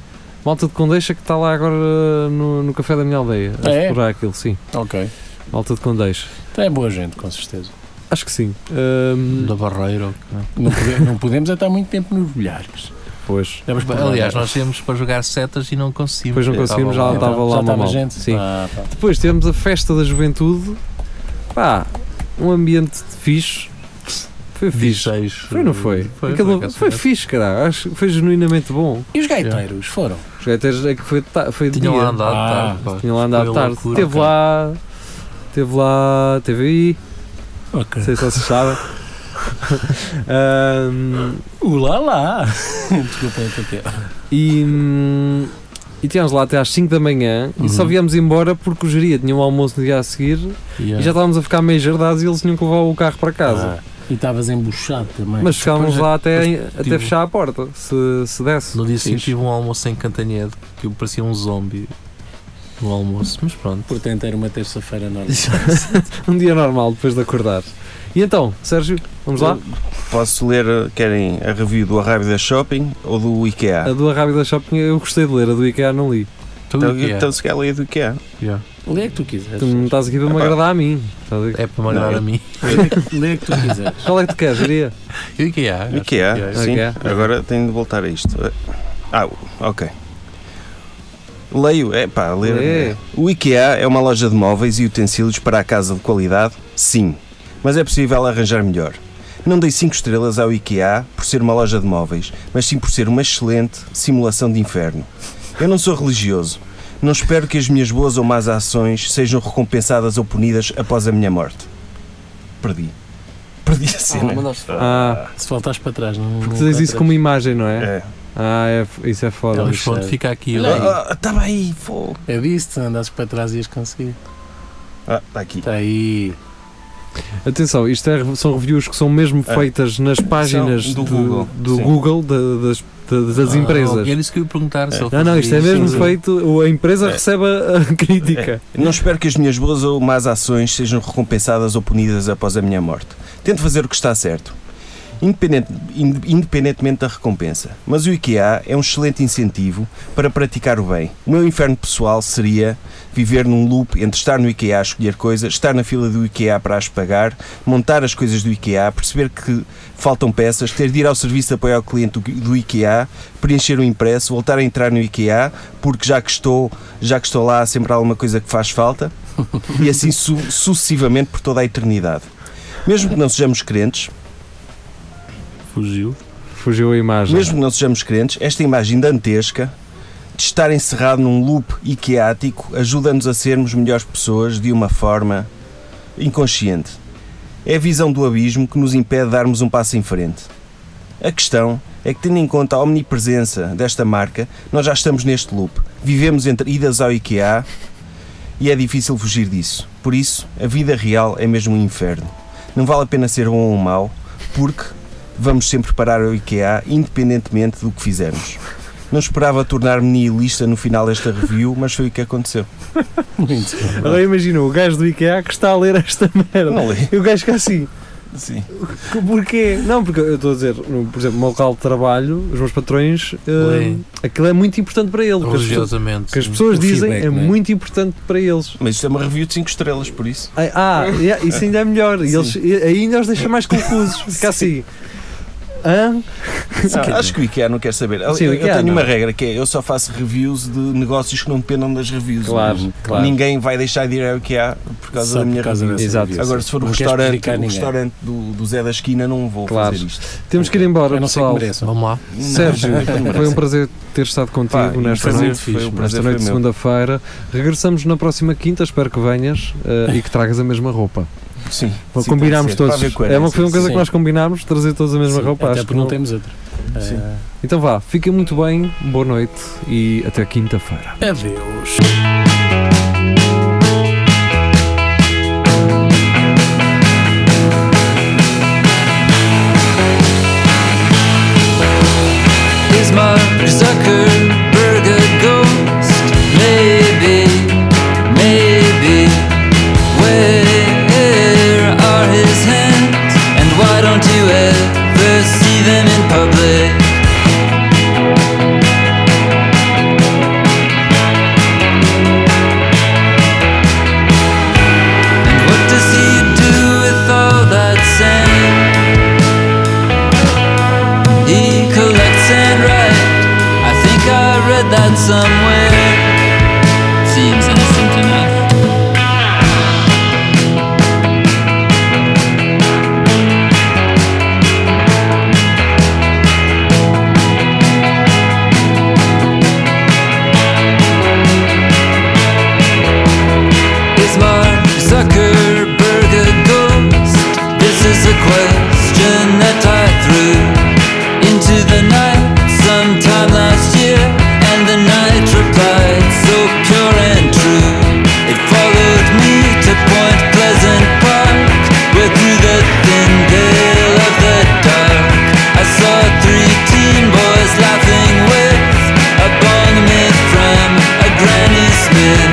Malta de Condeixa que está lá agora eh, no, no café da minha aldeia. A Ah, é? explorar aquilo, sim. Ok. Malta de Condeixa. Então é boa gente, com certeza. Acho que sim. Ahm, Da barreira. ou que não. Não, pode- não podemos é estar muito tempo nos bilhares. pois. Demos por Aliás, lá. nós íamos para jogar setas e não conseguimos. Depois não conseguimos, já lá. estava lá já uma estava mal. gente. Sim. Ah, pá. Depois temos a festa da juventude. Pá, um ambiente fixe. Foi fixe. 26. Foi, não foi? Foi, Aquilo- por acaso foi foi. fixe, cara. Acho que foi genuinamente bom. E É. os gaiteiros foram? Os gaitas é que foi, ta- foi de Tinham dia. lá andado Ah, tarde. pá. Tinham lá andado Foi tarde. loucura, teve cara. lá. Teve lá. Teve aí. Ok. Não sei se vocês *laughs* sabem. Ahm, Ulá *laughs* lá! Desculpa, eu estou aqui. E, hum, e estivemos lá até às 5 da manhã e só Uhum. viemos embora porque o geria tinha um almoço no dia a seguir e é? Yeah. já estávamos a ficar meio jardados e eles tinham que levar o carro para casa. Ah, E estavas embuchado também. Mas ficávamos Depois- lá até, depois até tive- fechar a porta, se, se desse. No dia seguinte Fixe. tive um almoço em Cantanhede que eu parecia um zombie no almoço, mas pronto. Portanto, era uma terça-feira normal. Um dia normal, depois de acordar. E então, Sérgio, vamos lá? Posso ler, eh, querem, a review do Arrábida Shopping ou do A IKEA? do Arrábida Shopping eu gostei de ler, a do IKEA não li. Tu Então, e que é? então se calhar leia do IKEA. Yeah. Lê a que tu quiseres. Tu não estás aqui para me Epá. agradar a mim. estás a ver? É para mandar Não. a mim. *laughs* Lê a que tu *laughs* quiseres. Qual é que tu queres, geria? E o que é? O que é? Acho Sim, Ok. agora tenho de voltar a isto. Ah, ok. Leio, é pá, Lê. ler. O IKEA é uma loja de móveis e utensílios para a casa de qualidade, sim, mas é possível arranjar melhor. Não dei 5 estrelas ao IKEA por ser uma loja de móveis, mas sim por ser uma excelente simulação de inferno. Eu não sou religioso. Não espero que as minhas boas ou más ações sejam recompensadas ou punidas após a minha morte. Perdi. Perdi a é? cena. Ah, Se faltares para trás, não. porque tu dizes isso com uma imagem, não é? É. Ah, é f- isso é foda. Mas pronto, fica aqui. Olha aí. Ah, ah, Estava aí, fogo. Eu disse, se andasses para trás ias conseguir. Ah, está aqui. Está aí. Atenção, isto é- são reviews que são mesmo É. feitas nas páginas São do do- Google, do sim. Google, da- das, da- das Ah, empresas. Era isso que eu ia perguntar. se ele Não, não, fazia isto é isso. mesmo sim. feito, ou a empresa É. recebe a *laughs* a crítica. Não espero que as minhas boas ou más ações sejam recompensadas ou punidas após a minha morte. Tento fazer o que está certo, independente- ind- independentemente da recompensa. Mas o IKEA é um excelente incentivo para praticar o bem. O meu inferno pessoal seria viver num loop entre estar no IKEA a escolher coisas, estar na fila do IKEA para as pagar, montar as coisas do IKEA, perceber que faltam peças, ter de ir ao serviço de apoio ao cliente do- do IKEA, preencher o impresso, voltar a entrar no IKEA, porque já que estou, já que estou lá, há sempre há alguma coisa que faz falta, e assim su- sucessivamente por toda a eternidade. Mesmo que não sejamos crentes, Fugiu. É. Fugiu a imagem. mesmo que não sejamos crentes, esta imagem dantesca de estar encerrado num loop iqueático ajuda-nos a sermos melhores pessoas de uma forma inconsciente. É a visão do abismo que nos impede de darmos um passo em frente. A questão é que, tendo em conta a omnipresença desta marca, nós já estamos neste loop. Vivemos entre idas ao IKEA e é difícil fugir disso. Por isso, a vida real é mesmo um inferno. Não vale a pena ser bom ou mau, porque vamos sempre parar ao IKEA, independentemente do que fizermos. Não esperava tornar-me nihilista no final desta review, mas foi o que aconteceu. Muito bem. Agora imagina o gajo do IKEA que está a ler esta merda. Não li. E o gajo fica assim. Sim. "Que- Porquê? Não, porque eu estou a dizer, no- por exemplo, o meu local de trabalho, os meus patrões, Lê. eh, aquilo é muito importante para ele. O que as pessoas- Religiosamente. o que as pessoas O dizem feedback, é não é? muito importante para eles. Mas isto é uma review de 5 estrelas, por isso. Ai, Ah, yeah, isso ainda é melhor. E Sim. eles, e- ainda os deixa mais *laughs* confusos. Fica assim. Hã? Não, acho que o IKEA não quer saber. Eu- Sim, o eu, IKEA tenho não. uma regra que é eu só faço reviews de negócios que não dependam das reviews. Claro, claro. Ninguém vai deixar de ir ao IKEA por causa Só da minha por causa review. dessa Exato. review. Agora, se for um Não queres restaurante, prejudicar o ninguém. restaurante do, do Zé da Esquina, não vou Claro. fazer isto. Temos que ir embora, Eu não sei que pessoal. mereço. Vamos lá. Sérgio, Não, não foi um merece. prazer ter estado Pá, contigo e nesta foi muito noite. fixe, Foi o nesta prazer noite foi de meu. segunda-feira. Regressamos na próxima quinta. Espero que venhas eh, e que tragas a mesma roupa. Sim, Bom, sim, combinámos tem de ser, para todos. haver É uma, coerência. foi uma coisa que Sim. nós combinámos: trazer todos a mesma Sim, roupa. Até acho porque que não não- temos outra. Sim. Então vá, fiquem muito bem. Boa noite e até quinta-feira. Ah, adeus. Is Mark Zuckerberg a ghost? Maybe, maybe. Where are his hands? And why don't you ever see them in public? And what does he do with all that sand? He collects and writes. I think I read that somewhere. Seems innocent enough. the night sometime last year, and the night replied, so pure and true. It followed me to Point Pleasant Park, where through the thin veil of the dark, I saw three teen boys laughing with a bong made from a Granny Smith.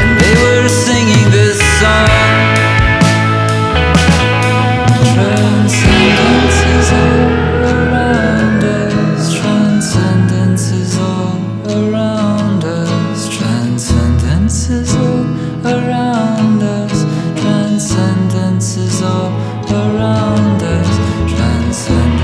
And they were singing this song. Transcendence is all around us. Transcendence is all around us. Transcendence is all around us. Transcendence is all around us. Transcendence.